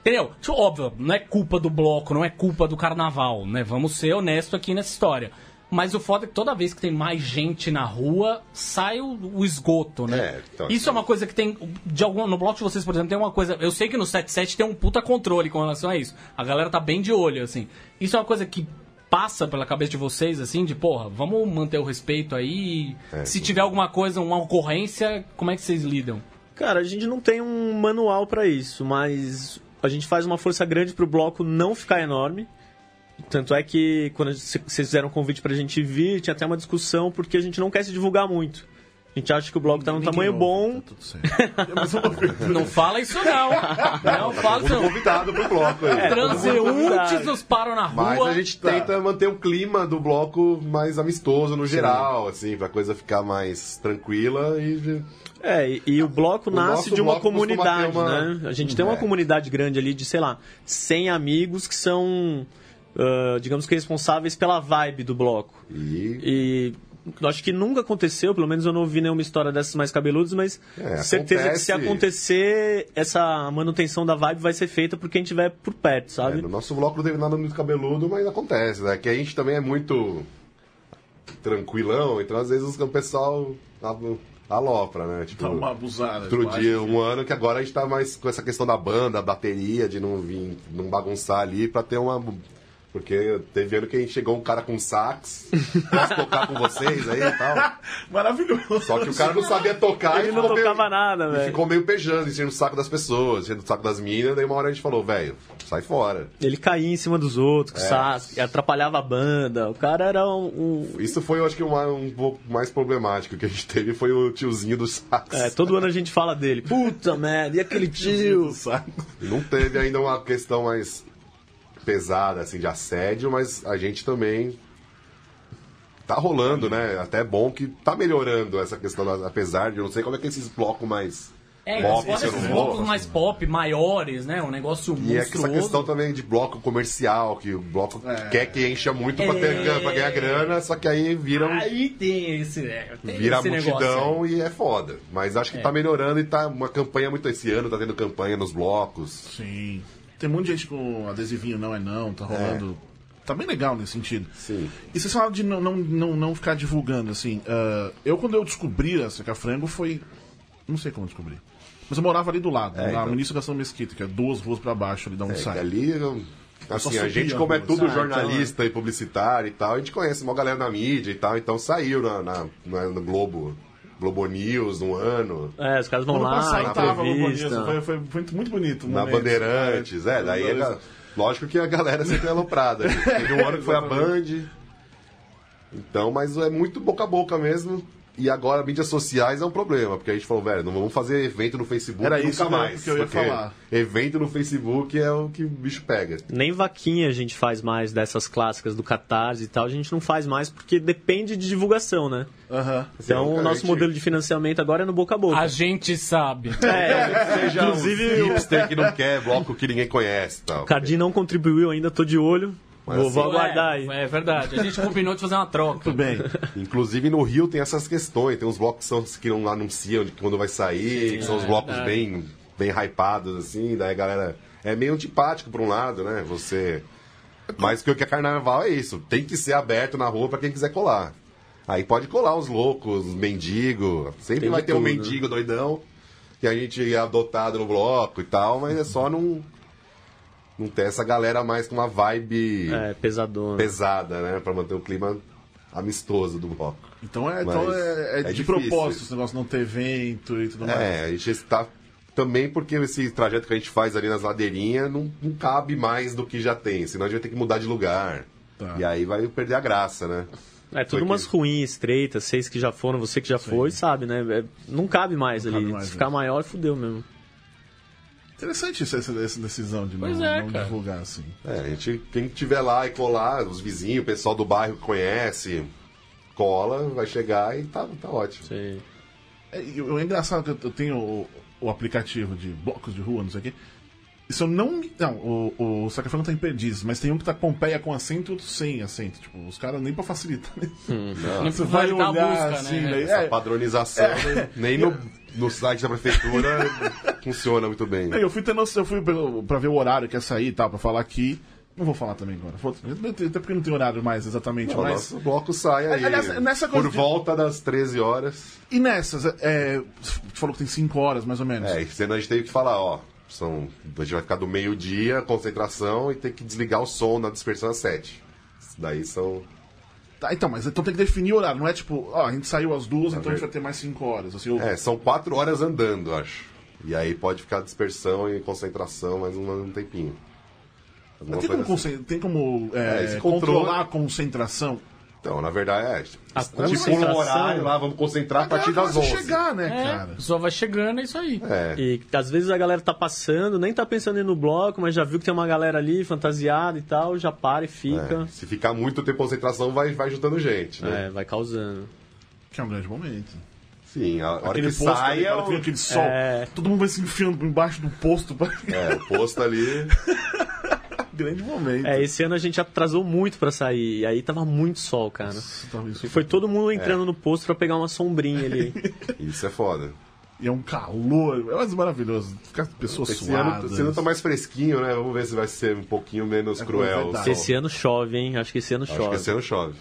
Speaker 1: Entendeu? Tipo, Óbvio, não é culpa do bloco, não é culpa do carnaval, né? Vamos ser honestos aqui nessa história. Mas o foda é que toda vez que tem mais gente na rua, sai o, o esgoto, né?
Speaker 5: É, então,
Speaker 1: Isso é uma coisa que tem. De algum, no bloco de vocês, por exemplo, tem uma coisa. Eu sei que no 77 tem um puta controle com relação a isso. A galera tá bem de olho, assim. Isso é uma coisa que passa pela cabeça de vocês, assim, de porra, vamos manter o respeito aí.
Speaker 5: É,
Speaker 1: Se tiver alguma coisa, uma ocorrência, como é que vocês lidam?
Speaker 3: Cara, a gente não tem um manual pra isso, mas a gente faz uma força grande pro bloco não ficar enorme. Tanto é que quando a gente- c- vocês fizeram um convite pra gente vir, tinha até uma discussão porque a gente não quer se divulgar muito. A gente acha que o bloco tá num
Speaker 2: Ninguém
Speaker 3: tamanho
Speaker 2: ouve,
Speaker 3: bom.
Speaker 2: Tá
Speaker 1: [laughs]
Speaker 2: tudo certo. Mas eu não ouvi.
Speaker 1: Não fala isso,
Speaker 5: [laughs]
Speaker 1: não. Não fala isso,
Speaker 5: Fui
Speaker 1: não. É,
Speaker 5: convidado pro bloco
Speaker 3: É,
Speaker 5: aí.
Speaker 1: Transeuntes nos param na rua.
Speaker 5: Mas a gente tenta manter o clima do bloco mais amistoso no geral, assim, pra coisa ficar mais tranquila e.
Speaker 3: É, e, e o bloco nasce
Speaker 5: nosso
Speaker 3: de uma
Speaker 5: bloco costuma ter
Speaker 3: comunidade,
Speaker 5: uma-
Speaker 3: né? A gente tem uma
Speaker 5: É.
Speaker 3: comunidade grande ali de, sei lá, 100 amigos que são, ah, digamos que responsáveis pela vibe do bloco.
Speaker 5: e...
Speaker 3: E Eu Acho que nunca aconteceu, pelo menos eu não ouvi nenhuma história dessas mais cabeludas, mas
Speaker 5: É,
Speaker 3: certeza que se
Speaker 5: acontece.
Speaker 3: acontecer, essa manutenção da vibe vai ser feita por quem tiver por perto,
Speaker 5: É,
Speaker 3: sabe?
Speaker 5: no nosso bloco não teve nada muito cabeludo, mas acontece, né? Que a gente também é muito tranquilão, então às vezes o pessoal alo- alopra, né? Tipo,
Speaker 2: Tá uma abusada.
Speaker 5: outro
Speaker 2: eu acho.
Speaker 5: dia, um ano, que agora a gente tá mais com essa questão da banda, bateria, de não vir, não bagunçar ali pra ter uma. Porque teve ano que a gente chegou um cara
Speaker 3: [laughs]
Speaker 5: com sax, posso tocar com vocês aí e tal.
Speaker 2: Maravilhoso.
Speaker 5: Só que o cara não sabia tocar
Speaker 3: Ele
Speaker 5: e
Speaker 3: não
Speaker 5: ficou meio-
Speaker 3: tocava nada, né?
Speaker 5: E
Speaker 3: velho.
Speaker 5: ficou meio pejando, enchendo o saco das pessoas, enchendo o saco das minas. Daí uma hora a gente falou, velho, sai fora.
Speaker 3: Ele caía em cima dos outros,
Speaker 5: É.
Speaker 3: com saco, e atrapalhava a banda. O cara era um. um-
Speaker 5: Isso foi, eu acho que, uma- um pouco mais problemático que a gente teve. Foi o tiozinho do sax.
Speaker 3: é, todo ano a gente fala dele. Puta merda, e
Speaker 5: [laughs]
Speaker 3: aquele tio?
Speaker 5: Não teve ainda uma questão mais pesada, assim, de assédio, mas a gente também tá rolando, né? Até é bom que tá melhorando essa questão, da- apesar de eu não sei como é que esses blocos mais
Speaker 1: É,
Speaker 5: pop,
Speaker 1: fora
Speaker 5: se eu
Speaker 1: esses
Speaker 5: não vou.
Speaker 1: blocos mais pop, maiores, né? Um negócio
Speaker 5: E é que essa questão
Speaker 1: monstruoso.
Speaker 5: também de bloco comercial, que o bloco
Speaker 2: É.
Speaker 5: quer que encha muito pra, ter,
Speaker 1: É.
Speaker 5: pra ganhar grana, só que aí vira, um-
Speaker 1: Aí tem esse, é, tem
Speaker 5: vira a
Speaker 1: esse negócio.
Speaker 5: multidão e é foda. Mas acho que tá melhorando e tá uma campanha muito esse ano, tá tendo campanha nos blocos.
Speaker 2: Sim. Tem muita gente com adesivinho não é não, tá rolando. Tá bem legal nesse sentido.
Speaker 5: Sim.
Speaker 2: E vocês falaram de não, não, não, não ficar divulgando, assim. ah, eu, quando eu descobri a Seca Frango, foi. Não sei como eu descobri. Mas eu morava ali do lado, na
Speaker 5: então.
Speaker 2: Ministro Gastão Mesquita, que é duas ruas pra baixo ali da onde
Speaker 5: É,
Speaker 2: sai.
Speaker 5: que ali, eu- assim,
Speaker 2: Só
Speaker 5: a gente,
Speaker 2: subia,
Speaker 5: como é
Speaker 2: né?
Speaker 5: tudo
Speaker 2: Ah,
Speaker 5: jornalista e publicitário e tal, a gente conhece uma galera da mídia e tal, então saiu na, na- na- no Globo, Globo News no ano.
Speaker 3: É, os caras vão
Speaker 2: Ano
Speaker 3: lá,
Speaker 2: passado tava no
Speaker 3: entrevista.
Speaker 2: Bonito, foi, foi muito muito bonito. o
Speaker 5: Na
Speaker 2: Um momento.
Speaker 5: Bandeirantes, é, daí a ga- lógico que a galera sempre é aloprada.
Speaker 2: [laughs]
Speaker 5: gente. Teve um ano que foi a Band. Então, mas é muito boca a boca mesmo. E agora mídias sociais é um problema, porque a gente falou, velho, não vamos fazer evento no Facebook
Speaker 2: Era
Speaker 5: nunca
Speaker 2: isso que eu-
Speaker 5: mais.
Speaker 2: que eu ia
Speaker 5: porque
Speaker 2: falar. Então,
Speaker 5: Evento no Facebook é o que o bicho pega.
Speaker 3: Nem vaquinha a gente faz mais dessas clássicas do Catarse e tal, a gente não faz mais porque depende de divulgação, né?
Speaker 2: Aham.
Speaker 3: Então o
Speaker 5: Sim, Assim, é um cara,
Speaker 3: nosso
Speaker 5: gente-
Speaker 3: modelo de financiamento agora é no boca a boca.
Speaker 1: A gente sabe.
Speaker 3: É,
Speaker 5: Seja
Speaker 3: Inclusive,
Speaker 5: um hipster que não quer bloco que ninguém conhece e tal.
Speaker 3: o Cardi não contribuiu ainda, tô de olho.
Speaker 5: Mas
Speaker 3: vou,
Speaker 5: assim,
Speaker 3: vou aguardar aí.
Speaker 1: É, é verdade. A gente combinou de fazer uma troca.
Speaker 2: Tudo bem.
Speaker 5: Inclusive no Rio tem essas questões, tem uns blocos que, são, que não anunciam de quando vai sair, que
Speaker 3: é,
Speaker 5: são os blocos bem, bem hypados, assim, daí a galera. É meio antipático por um lado, né? Você. Mas o que eu quero carnaval é isso, tem que ser aberto na rua pra quem quiser colar. Aí pode colar os loucos, os mendigo, sempre
Speaker 3: Tem
Speaker 5: vai
Speaker 3: de
Speaker 5: ter um
Speaker 3: tudo, né?
Speaker 5: mendigo doidão, que a gente é adotado no bloco e tal, mas é só não. Não ter essa galera mais com uma vibe
Speaker 3: É, pesadona.
Speaker 5: pesada, né? Pra manter o clima amistoso do bloco.
Speaker 2: Então é,
Speaker 5: Mas
Speaker 2: então é, é
Speaker 5: é
Speaker 2: de
Speaker 5: difícil.
Speaker 2: propósito esse negócio não ter evento e tudo mais.
Speaker 5: É, a gente está também porque esse trajeto que a gente faz ali nas ladeirinhas não, não cabe mais do que já tem, senão a gente vai ter que mudar de lugar.
Speaker 2: Tá.
Speaker 5: E aí vai perder a graça, né?
Speaker 3: É
Speaker 5: Foi
Speaker 3: tudo umas
Speaker 5: que-
Speaker 3: ruins, estreitas, vocês que já foram, você que já foi, sabe, né? É, não cabe mais ali.
Speaker 2: cabe mais,
Speaker 3: Se ficar
Speaker 2: né?
Speaker 3: maior, fudeu mesmo.
Speaker 2: Interessante essa, essa- essa decisão de não,
Speaker 1: Pois é,
Speaker 2: não
Speaker 1: cara.
Speaker 2: divulgar, assim.
Speaker 5: É, a gente, quem tiver lá e colar, os vizinhos, o pessoal do bairro que conhece, cola, vai chegar e tá, tá ótimo.
Speaker 3: Sei.
Speaker 2: É, e o- é engraçado que eu- eu tenho o, o aplicativo de blocos de rua, não sei o quê. Isso eu não. me- Não, o, o Sacafano tá em perdiz, mas tem um que tá Pompeia com acento e outro sem acento. Tipo, os caras nem pra facilitar. né?
Speaker 1: Não
Speaker 2: [laughs] Você
Speaker 1: precisa
Speaker 2: vai
Speaker 1: validar
Speaker 2: olhar
Speaker 1: a busca,
Speaker 2: assim,
Speaker 1: né?
Speaker 2: daí-
Speaker 5: Essa
Speaker 2: é,
Speaker 5: padronização, nem no, no site da prefeitura
Speaker 2: [laughs]
Speaker 5: funciona muito bem.
Speaker 2: Não, é, Eu fui ter noção, eu fui pelo- pra ver o horário que ia sair e tal, pra falar aqui. Não vou falar também agora. foda-se. Até porque não tem horário mais exatamente,
Speaker 5: O
Speaker 2: mas.
Speaker 5: Então, nosso bloco sai aí
Speaker 2: Aliás, nessa
Speaker 5: por
Speaker 2: coisa de-
Speaker 5: volta das 13 horas.
Speaker 2: E nessas, é. Você falou que tem 5 horas, mais ou menos.
Speaker 5: É, e senão a gente teve que falar, ó, são, a gente vai ficar do meio-dia, concentração, e tem que desligar o som na dispersão às sete. Isso Daí são.
Speaker 2: Tá, então, mas então tem que definir o horário, não é tipo, ó, a gente saiu às duas, então a gente
Speaker 5: ver-
Speaker 2: vai ter mais 5 horas. Assim, ou-
Speaker 5: É, são quatro horas andando, acho. E aí pode ficar dispersão e concentração mais um, um tempinho. Alguma
Speaker 2: Tem como,
Speaker 5: coisa assim.
Speaker 2: conce- tem como é,
Speaker 5: É, esse controle-
Speaker 2: controlar a concentração?
Speaker 5: Então, na verdade, é.
Speaker 3: A
Speaker 5: Tipo um
Speaker 3: concentração-
Speaker 5: horário lá, vamos concentrar a partir
Speaker 2: Ela
Speaker 5: das
Speaker 2: começa
Speaker 5: 11.
Speaker 2: a chegar,
Speaker 1: É,
Speaker 2: né,
Speaker 1: a
Speaker 2: cara?
Speaker 1: pessoa vai chegando, é isso aí.
Speaker 5: É.
Speaker 3: E às vezes a galera tá passando, nem tá pensando em ir no bloco, mas já viu que tem uma galera ali fantasiada e tal, já para e
Speaker 5: é.
Speaker 3: fica.
Speaker 5: Se ficar muito tempo concentração, vai, vai juntando gente, né?
Speaker 3: É, vai causando.
Speaker 2: Que é um grande momento.
Speaker 5: Sim, a hora
Speaker 2: Aquele
Speaker 5: que
Speaker 2: posto,
Speaker 5: sai
Speaker 2: ali,
Speaker 5: é
Speaker 2: cara, tem
Speaker 5: o,
Speaker 2: aquele sol.
Speaker 3: É.
Speaker 2: [laughs] Todo mundo vai se enfiando embaixo do posto. pra-
Speaker 5: é, o posto ali.
Speaker 2: um Grande momento.
Speaker 3: É, esse ano a gente atrasou muito pra sair. E aí tava muito sol, cara.
Speaker 2: Talvez-
Speaker 3: E foi todo mundo
Speaker 5: É.
Speaker 3: entrando no posto pra pegar uma sombrinha
Speaker 5: [laughs]
Speaker 3: ali.
Speaker 5: Isso é foda.
Speaker 2: E é um calor, é mais maravilhoso. Ficar as pessoas
Speaker 5: Esse ano,
Speaker 2: suadas.
Speaker 5: esse ano tá mais fresquinho, né? Vamos ver se vai ser um pouquinho menos
Speaker 2: É
Speaker 5: cruel. o
Speaker 2: verdade.
Speaker 5: sol.
Speaker 3: esse ano chove, hein? Acho que esse ano
Speaker 5: Tá Acho que
Speaker 3: chove.
Speaker 5: esse ano chove.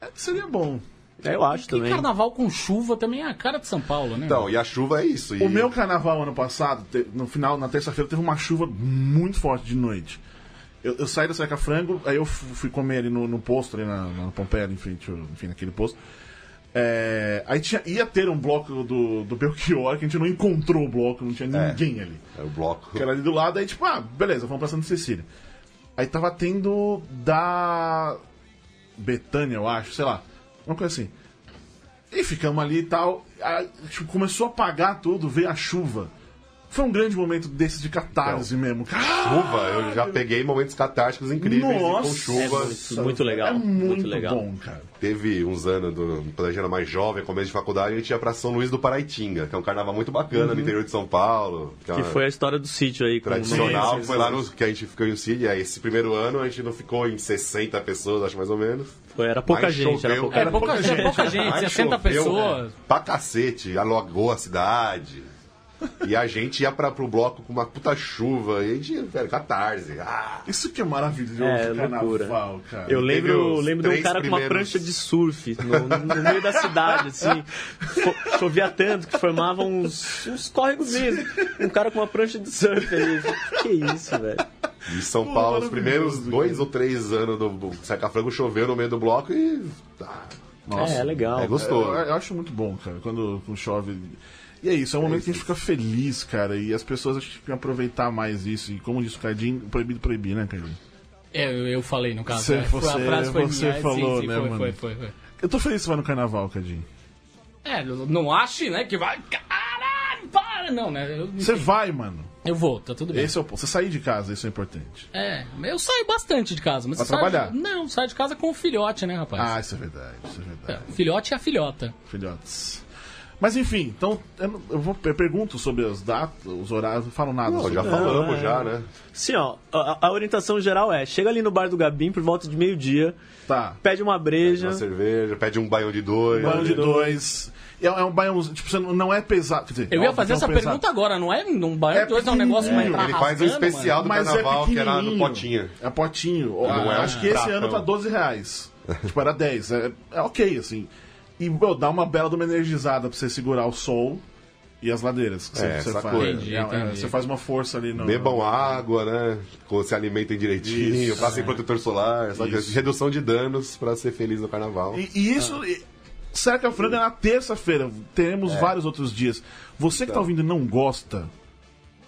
Speaker 2: É, seria bom.
Speaker 3: É, eu acho
Speaker 1: E
Speaker 3: também.
Speaker 1: carnaval com chuva também é a cara de São Paulo, né?
Speaker 5: Então, e a chuva é isso. e-
Speaker 2: O meu carnaval ano passado, te- no final, na terça-feira, teve uma chuva muito forte de noite. Eu, eu saí da Seca Frango, aí eu fu- fui comer ali no, no posto, ali na, na Pompeia, ali em frente, ao- enfim, naquele posto. É, aí tinha, ia ter um bloco do, do Belchior, que a gente não encontrou o bloco, não tinha ninguém ali.
Speaker 5: É o bloco.
Speaker 2: Que era ali do lado, aí tipo, ah, beleza, vamos pra Santa Cecília. Aí tava tendo da. Betânia, eu acho, sei lá. Uma coisa assim. E ficamos ali e tal. Aí, tipo, começou a apagar tudo, veio a chuva. Foi um grande momento desses de catarse mesmo. Cara,
Speaker 5: Chuva, eu já peguei momentos catárticos incríveis e com
Speaker 2: Nossa.
Speaker 5: chuva.
Speaker 3: muito- muito legal,
Speaker 2: É muito,
Speaker 3: muito legal.
Speaker 2: bom, cara.
Speaker 5: Teve uns anos, do, quando a gente era mais jovem, começo de faculdade, a gente ia pra São Luís do Paraitinga, que é um carnaval muito bacana
Speaker 2: Uhum.
Speaker 5: no interior de São Paulo. é
Speaker 3: Que
Speaker 5: uma-
Speaker 3: foi um a história do sítio aí. Com
Speaker 5: tradicional,
Speaker 2: Sim, sim,
Speaker 5: foi
Speaker 2: sim.
Speaker 5: lá no, que a gente ficou em Cid. Aí esse primeiro ano a gente não ficou em 60 pessoas, acho mais ou menos.
Speaker 3: Foi- era pouca
Speaker 5: Mas
Speaker 3: gente, era
Speaker 5: choveu,
Speaker 3: pouca
Speaker 1: É,
Speaker 5: cara,
Speaker 1: pouca,
Speaker 2: pouca
Speaker 1: gente,
Speaker 2: gente.
Speaker 1: pouca gente,
Speaker 5: Mas
Speaker 1: 60
Speaker 5: choveu,
Speaker 1: pessoas.
Speaker 5: é, Pra cacete, alagou a cidade. E a gente ia pra, pro bloco com uma puta chuva. E a gente, velho, catarse. Ah,
Speaker 2: Isso que é maravilhoso,
Speaker 3: É,
Speaker 2: carnaval,
Speaker 3: loucura.
Speaker 2: cara.
Speaker 3: Eu
Speaker 5: Teve
Speaker 3: lembro,
Speaker 5: os
Speaker 3: lembro de um
Speaker 5: três
Speaker 3: cara com uma
Speaker 5: primeiros-
Speaker 3: prancha de surf no, no meio da cidade, assim. Fo- Chovia tanto que formava uns, uns córregozinhos. Um cara com uma prancha de surf ali. Que isso, velho.
Speaker 5: E São
Speaker 2: Pô,
Speaker 5: Paulo, os
Speaker 2: maravilhoso,
Speaker 5: primeiros dois ou três anos do, do Seca Frango choveu no meio do bloco e. ah,
Speaker 3: É, é legal.
Speaker 5: é gostoso.
Speaker 2: Eu, eu acho muito bom, cara, quando, quando chove. E é isso, é um momento que a gente fica feliz, cara, e as pessoas acho que têm que aproveitar mais isso. E como disse o Cardinho, proibido proibir, né, Cardinho?
Speaker 1: É, eu, eu falei, no caso.
Speaker 2: Você-
Speaker 1: é, foi-
Speaker 2: você-
Speaker 1: a frase foi
Speaker 2: você
Speaker 1: minha. é,
Speaker 2: falou,
Speaker 1: sim, sim,
Speaker 2: né,
Speaker 1: foi,
Speaker 2: mano?
Speaker 1: foi, foi, foi.
Speaker 2: Eu tô feliz que você vai no carnaval, Cardinho.
Speaker 1: É, não ache, né, que vai... Caralho, para! Não, né, eu,
Speaker 2: Você vai, mano.
Speaker 1: eu vou, tá tudo bem.
Speaker 2: Esse é o ponto. Você sair de casa, isso é importante.
Speaker 1: É, eu saio bastante de casa. Mas
Speaker 2: Pra
Speaker 1: você sai de-
Speaker 2: trabalhar?
Speaker 1: Não, saio de casa com o filhote, né, rapaz?
Speaker 2: Ah, isso é verdade, isso é
Speaker 1: É,
Speaker 2: verdade.
Speaker 1: o filhote e a filhota.
Speaker 2: Filhotes. Mas enfim, então eu, não- eu vou, eu pergunto sobre as datas, os horários, não falo nada.
Speaker 5: Não,
Speaker 2: sobre
Speaker 5: já
Speaker 2: isso.
Speaker 5: falamos,
Speaker 3: é.
Speaker 5: já, né?
Speaker 3: Sim, ó. A, a orientação geral é: chega ali no bar do Gabim por volta de meio-dia,
Speaker 2: Tá.
Speaker 3: pede uma breja.
Speaker 5: Uma cerveja, pede um baião de dois.
Speaker 2: Baião de dois. É, é um baião, tipo, você não- não é pesado. Quer dizer,
Speaker 1: Eu
Speaker 2: é
Speaker 1: ia
Speaker 2: óbvio
Speaker 1: fazer
Speaker 2: que é
Speaker 1: essa
Speaker 2: um pesado.
Speaker 1: pergunta agora, não é? Não vai é,
Speaker 2: É
Speaker 1: é um negócio mais
Speaker 2: pequenininho.
Speaker 1: pra
Speaker 5: Ele faz um
Speaker 1: rasgando,
Speaker 5: especial do
Speaker 2: Mas
Speaker 5: carnaval,
Speaker 2: é
Speaker 5: que era no
Speaker 2: pequenininho.
Speaker 5: potinha.
Speaker 2: É potinho.
Speaker 5: E não é
Speaker 2: acho
Speaker 5: um
Speaker 2: que esse
Speaker 5: pratão.
Speaker 2: ano tá 12
Speaker 5: [laughs]
Speaker 2: reais. tipo, era 10. É, é ok, assim. E meu, dá uma bela de uma energizada pra você segurar o sol e as ladeiras. Que
Speaker 5: É,
Speaker 2: você,
Speaker 5: essa
Speaker 2: você faz.
Speaker 5: coisa.
Speaker 1: Entendi,
Speaker 2: É, é,
Speaker 1: entendi.
Speaker 2: Você faz uma força ali no.
Speaker 5: Bebam água, né? Co- Se alimentem direitinho,
Speaker 2: Isso,
Speaker 5: passem protetor solar, sabe?
Speaker 2: Isso. Então
Speaker 5: redução de danos pra ser feliz no carnaval.
Speaker 2: E, e isso. e- Cerca Franca é na terça-feira. Teremos
Speaker 5: É.
Speaker 2: vários outros dias. Você que
Speaker 5: Então.
Speaker 2: tá ouvindo e não gosta,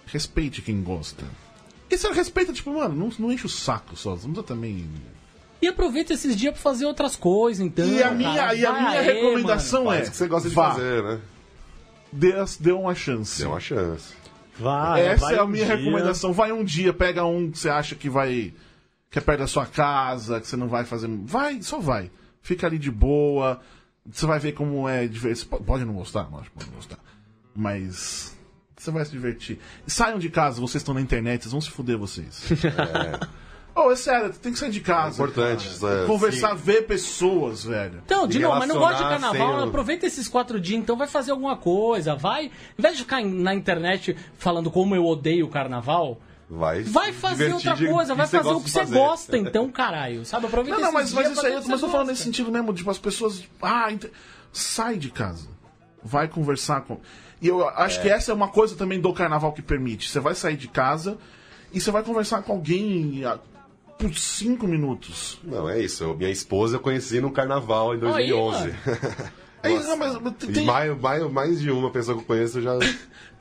Speaker 2: respeite quem gosta. E você respeita, tipo, mano, não, não enche o saco só. Não precisa também.
Speaker 1: E aproveita esses dias pra fazer outras coisas, então.
Speaker 2: E a minha,
Speaker 1: cara,
Speaker 2: e a
Speaker 1: vai
Speaker 2: minha
Speaker 1: aí,
Speaker 2: recomendação é.
Speaker 5: Faz o que você gosta de
Speaker 2: vá.
Speaker 5: fazer, né?
Speaker 2: dê, dê uma chance.
Speaker 5: Dê É uma chance.
Speaker 3: Vai,
Speaker 2: Essa
Speaker 3: vai
Speaker 2: é a
Speaker 3: um
Speaker 2: minha
Speaker 3: dia.
Speaker 2: recomendação. Vai um dia, pega um que você acha que vai. que é perto da sua casa, que você não vai fazer. Vai, só vai. Fica ali de boa. Você vai ver como é diverso. Pode não gostar, lógico, pode não gostar. Mas. Você vai se divertir. Saiam de casa, vocês estão na internet, vocês vão se fuder
Speaker 5: [laughs]
Speaker 2: vocês. Ô, é sério, tem que sair de casa.
Speaker 5: É importante,
Speaker 2: cara.
Speaker 5: sabe?
Speaker 2: Conversar, ver pessoas, velho.
Speaker 1: Então, de
Speaker 5: E
Speaker 1: novo, mas não gosta de
Speaker 5: relacionar
Speaker 1: carnaval,
Speaker 5: sem o-
Speaker 1: aproveita esses quatro dias, então vai fazer alguma coisa, vai. Em vez de ficar em- na internet falando como eu odeio o carnaval,
Speaker 5: Vai,
Speaker 1: vai fazer outra coisa, vai fazer o que você gosta, então, caralho. Sabe, aproveita
Speaker 2: Não, não,
Speaker 1: esses
Speaker 2: mas,
Speaker 1: dias
Speaker 2: mas isso
Speaker 1: pra
Speaker 2: aí,
Speaker 1: fazer o que
Speaker 2: mas
Speaker 1: você
Speaker 2: eu tô falando nesse
Speaker 1: gosta.
Speaker 2: sentido mesmo, tipo, as pessoas. tipo, Ah, ent- sai de casa. Vai conversar com. E eu acho que essa é uma coisa também do carnaval que permite. Você vai sair de casa e você vai conversar com alguém ah, por cinco minutos.
Speaker 5: Não, é isso. Eu- Minha esposa eu conheci no carnaval em
Speaker 1: Aí,
Speaker 5: 2011. [laughs]
Speaker 2: É isso, não, mas tem-
Speaker 5: E mais, mais, mais de uma pessoa que eu
Speaker 1: [laughs]
Speaker 5: conheço já.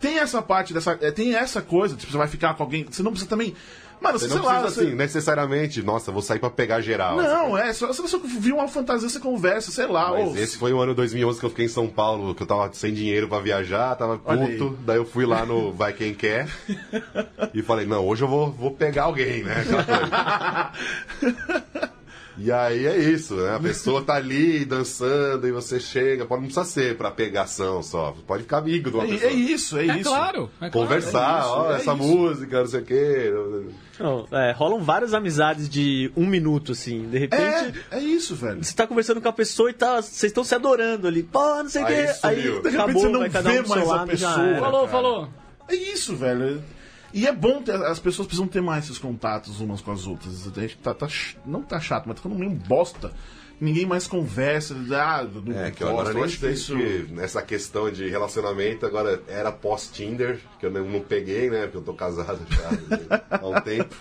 Speaker 2: Tem essa parte dessa. é, Tem essa coisa, tipo, você vai ficar com alguém. Você não precisa também. Mano,
Speaker 5: Você
Speaker 2: sei
Speaker 5: não
Speaker 2: lá.
Speaker 5: precisa
Speaker 2: você-
Speaker 5: assim, necessariamente, nossa, vou sair pra pegar geral. assim,
Speaker 2: Não, é. Só, se você vir uma fantasia, você conversa, sei lá.
Speaker 5: Mas
Speaker 2: ou-
Speaker 5: esse foi o ano 2011 que eu fiquei em São Paulo, que eu tava sem dinheiro pra viajar, tava
Speaker 2: Olha
Speaker 5: puto. Daí eu fui lá
Speaker 2: [laughs]
Speaker 5: no Vai Quem Quer
Speaker 2: [laughs]
Speaker 5: e falei, não, hoje eu vou, vou pegar alguém, né? aquela coisa. E aí é isso, né? A pessoa tá ali dançando e você chega. Pode não precisa ser pra pegação só. Pode ficar amigo de uma
Speaker 2: É,
Speaker 5: pessoa.
Speaker 2: é isso, é,
Speaker 1: É
Speaker 2: isso.
Speaker 1: claro. é claro.
Speaker 5: Conversar,
Speaker 2: é isso,
Speaker 5: ó,
Speaker 2: é
Speaker 5: essa
Speaker 2: isso.
Speaker 5: música, não sei o quê.
Speaker 3: Não, é, rolam várias amizades de um minuto, assim. De repente,
Speaker 2: É, é isso, velho.
Speaker 3: você tá conversando com a pessoa e tá, vocês estão se adorando ali. Pô, não sei o
Speaker 5: Aí
Speaker 3: quê. Aí
Speaker 5: sumiu. De
Speaker 2: repente
Speaker 3: acabou,
Speaker 2: você não
Speaker 3: vai cada
Speaker 2: vê
Speaker 3: um pro seu
Speaker 2: mais a
Speaker 3: lado, já
Speaker 2: pessoa.
Speaker 3: era.
Speaker 1: Falou,
Speaker 2: cara.
Speaker 1: falou.
Speaker 2: É isso, velho. E é bom, ter, as pessoas precisam ter mais esses contatos umas com as outras. A gente tá, tá ch- não tá chato, mas tá ficando meio bosta. Ninguém mais conversa. Ah, do, do-
Speaker 5: É, que
Speaker 2: bosta,
Speaker 5: agora
Speaker 2: eu
Speaker 5: nem
Speaker 2: acho
Speaker 5: sei
Speaker 2: isso-
Speaker 5: que essa questão de relacionamento agora era pós-Tinder, que eu não, não peguei, né? Porque eu tô casado já há um tempo.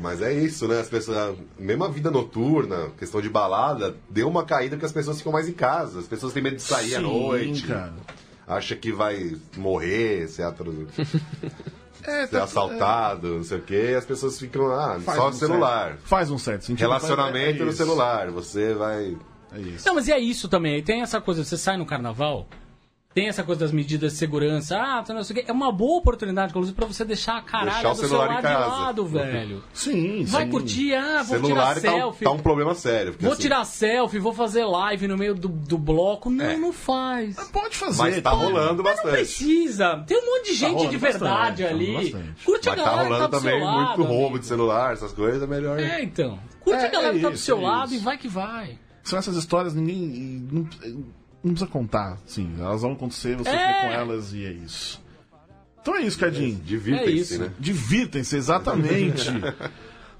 Speaker 5: Mas é isso, né? As pessoas. Mesmo a vida noturna, questão de balada, deu uma caída porque as pessoas ficam mais em casa. As pessoas têm medo de sair à
Speaker 2: Sim,
Speaker 5: noite.
Speaker 2: cara.
Speaker 5: Acha que vai morrer, se atro-
Speaker 2: É,
Speaker 5: ser assaltado, não sei o quê. As pessoas ficam, ah,
Speaker 2: faz
Speaker 5: só
Speaker 2: um
Speaker 5: celular.
Speaker 2: certo- faz um certo sentido.
Speaker 5: Relacionamento
Speaker 2: É
Speaker 5: no
Speaker 2: isso,
Speaker 5: celular. Você vai.
Speaker 2: É isso.
Speaker 1: Não, mas e é isso também. aí Tem essa coisa, você sai no carnaval, tem essa coisa das medidas de segurança. Ah, tá, não sei o quê. É uma boa oportunidade, inclusive, pra você deixar a
Speaker 5: Deixar
Speaker 1: caralho
Speaker 5: o
Speaker 1: do
Speaker 5: celular em
Speaker 1: celular de
Speaker 5: casa. Uhum.
Speaker 1: lado, velho.
Speaker 2: Sim,
Speaker 1: Vai
Speaker 2: sim.
Speaker 1: curtir, ah, vou
Speaker 5: celular
Speaker 1: tirar
Speaker 5: tá, um-
Speaker 1: selfie.
Speaker 5: tá um problema sério. porque,
Speaker 1: Vou
Speaker 5: assim,
Speaker 1: tirar selfie, vou fazer live no meio do, do bloco. Não,
Speaker 5: É.
Speaker 1: não faz.
Speaker 2: Pode fazer.
Speaker 5: Mas tá
Speaker 2: pô.
Speaker 5: rolando
Speaker 1: Mas não
Speaker 5: bastante.
Speaker 1: precisa. Tem um monte
Speaker 5: Tá
Speaker 1: de gente
Speaker 2: rolando
Speaker 1: de verdade
Speaker 2: bastante, tá rolando
Speaker 1: ali.
Speaker 2: bastante.
Speaker 1: Curte a
Speaker 5: Mas tá
Speaker 1: galera que
Speaker 5: rolando
Speaker 1: tá do seu
Speaker 5: também
Speaker 1: lado.
Speaker 5: muito roubo
Speaker 1: amigo.
Speaker 5: de celular, essas coisas, é melhor.
Speaker 1: É, então. Curte
Speaker 2: É,
Speaker 1: a galera que tá
Speaker 2: é
Speaker 1: do
Speaker 2: isso,
Speaker 1: seu
Speaker 2: é
Speaker 1: lado e
Speaker 2: isso.
Speaker 1: vai que vai.
Speaker 2: São essas histórias, ninguém. e Não, não precisa contar, sim. Elas vão acontecer, você
Speaker 1: É.
Speaker 2: fica com elas e é isso. Então é isso, Cadinho.
Speaker 1: É
Speaker 5: Divirtem-se,
Speaker 1: isso.
Speaker 5: né?
Speaker 2: Divirtem-se,
Speaker 4: [laughs]
Speaker 2: exatamente.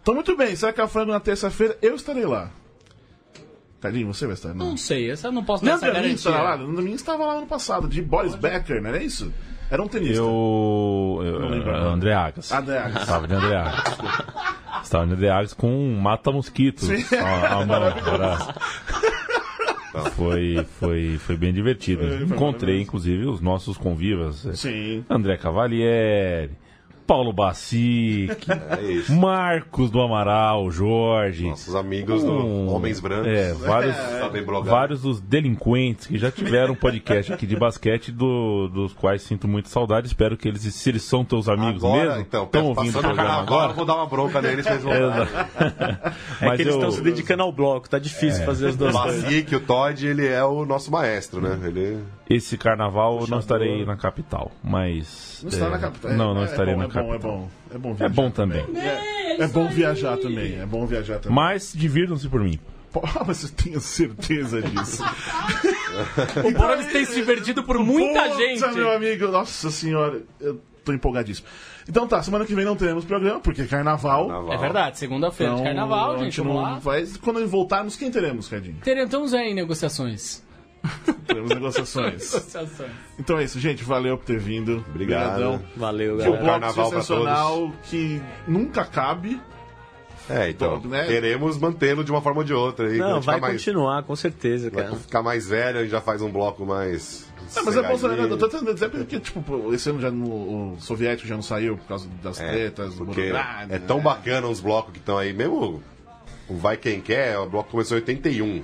Speaker 2: então, muito bem, será que a frango na terça-feira? Eu estarei lá. Cadinho, você vai estar? Não.
Speaker 1: Não sei, essa eu não posso dar essa
Speaker 2: Nanda Lins
Speaker 1: garantia.
Speaker 2: estará lá? Nanda Lins estava lá ano passado, de Boris Becker, não era isso? Era um tenista.
Speaker 4: Eu.
Speaker 2: Não
Speaker 4: eu
Speaker 2: lembro agora.
Speaker 4: André Agas.
Speaker 2: Ah, né?
Speaker 4: Estava de André Agas. Estava de André Agas com um mata-mosquitos. A, a mão. Era- Foi, foi, foi bem divertido. Encontrei, inclusive, os nossos convivas.
Speaker 2: Sim.
Speaker 4: André Cavalieri, Paulo [laughs] Bacic,
Speaker 5: É isso.
Speaker 4: Marcos do Amaral, Jorge.
Speaker 5: Nossos amigos do
Speaker 4: Um-
Speaker 5: Homens Brancos. né?
Speaker 4: É,
Speaker 5: [laughs] Tá
Speaker 4: vários,
Speaker 5: Sabem blogar.
Speaker 4: vários dos delinquentes que já tiveram um podcast aqui de basquete, do- dos quais sinto muito saudade. Espero que eles, se eles são teus amigos
Speaker 5: Agora,
Speaker 4: mesmo,
Speaker 5: então,
Speaker 4: estão ouvindo o
Speaker 5: passando o
Speaker 4: programa
Speaker 5: carnaval,
Speaker 4: agora.
Speaker 5: eu vou dar uma bronca neles pra
Speaker 4: [laughs]
Speaker 5: eles voltarem.
Speaker 3: É
Speaker 4: Mas
Speaker 3: que eles
Speaker 4: eu,
Speaker 3: estão se dedicando ao bloco, tá
Speaker 2: É.
Speaker 3: difícil fazer as
Speaker 2: [laughs]
Speaker 5: O
Speaker 3: duas coisas.
Speaker 5: Bacique, o Todd, ele é o nosso maestro, né? Ele...
Speaker 4: esse carnaval eu não estarei na capital, mas...
Speaker 2: Não estará
Speaker 4: é,
Speaker 2: na capital.
Speaker 4: Não, não
Speaker 2: É
Speaker 4: estarei
Speaker 2: bom,
Speaker 4: na
Speaker 2: é
Speaker 4: capital.
Speaker 2: Bom, é bom, é bom
Speaker 4: É
Speaker 2: viajar.
Speaker 4: bom também.
Speaker 2: É, é bom viajar também. É bom viajar também.
Speaker 4: Mas divirtam-se por mim.
Speaker 2: Pô, mas eu tenho certeza disso.
Speaker 1: [laughs] O Boris tem se divertido por muita
Speaker 2: Puta,
Speaker 1: gente.
Speaker 2: meu amigo, nossa senhora, eu tô empolgadíssimo. Então tá, semana que vem não teremos programa, porque é carnaval.
Speaker 5: Naval.
Speaker 1: É verdade, segunda-feira
Speaker 2: Então,
Speaker 1: de carnaval,
Speaker 2: a
Speaker 1: gente, vamos lá.
Speaker 2: não faz. Quando voltarmos, quem teremos, Cadinho?
Speaker 1: Teremos aí negociações.
Speaker 2: Teremos negociações.
Speaker 1: [laughs] Negociações.
Speaker 2: Então é isso, gente. Valeu por ter vindo.
Speaker 5: Obrigado. É,
Speaker 2: Obrigadão.
Speaker 3: Valeu,
Speaker 2: Que o
Speaker 3: galera.
Speaker 5: Carnaval
Speaker 2: bloco
Speaker 5: pra
Speaker 2: sensacional que nunca cabe.
Speaker 5: É, então,
Speaker 2: Todo, né?
Speaker 5: queremos mantê-lo de uma forma ou de outra. Aí, quando a
Speaker 3: Não,
Speaker 5: gente
Speaker 3: vai
Speaker 5: ficar mais...
Speaker 3: continuar, com certeza,
Speaker 5: Vai
Speaker 3: cara.
Speaker 5: ficar mais velho, a gente já faz um bloco mais...
Speaker 2: Não, mas é bom
Speaker 5: sossegadinho.
Speaker 2: saber, né? Tanto até porque, tipo, pô, esse ano já no, o soviético já não saiu por causa das
Speaker 5: É,
Speaker 2: tretas, do
Speaker 5: porque
Speaker 2: Bolsonaro,
Speaker 5: é tão
Speaker 2: né?
Speaker 5: bacana os blocos que estão aí, mesmo o Vai Quem Quer, o bloco começou em 81.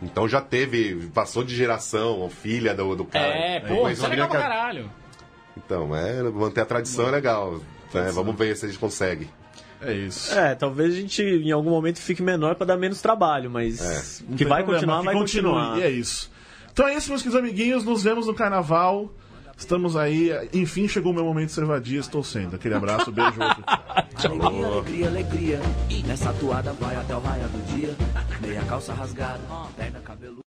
Speaker 5: Então já teve, passou de geração, filha do, do cara.
Speaker 1: É, pô,
Speaker 5: Depois
Speaker 1: isso é
Speaker 5: um
Speaker 1: legal
Speaker 5: dia
Speaker 1: pra
Speaker 5: que-
Speaker 1: caralho.
Speaker 5: Então, é, manter a tradição é legal. né? Vamos ver se a gente consegue.
Speaker 2: É isso.
Speaker 3: É, talvez a gente em algum momento fique menor pra dar menos trabalho, mas
Speaker 2: Não
Speaker 3: que
Speaker 2: tem
Speaker 3: vai
Speaker 2: problema,
Speaker 3: continuar,
Speaker 2: que
Speaker 3: vai
Speaker 2: continue.
Speaker 3: continuar.
Speaker 2: E é isso. Então é isso, meus queridos amiguinhos. Nos vemos no carnaval. Estamos aí. Enfim, chegou o meu momento de servadia. Estou sendo. Aquele abraço, beijo. outro.
Speaker 6: Alegria, alegria, alegria. Nessa toada vai até o raiar do dia. Meia calça rasgada, perna cabeluda.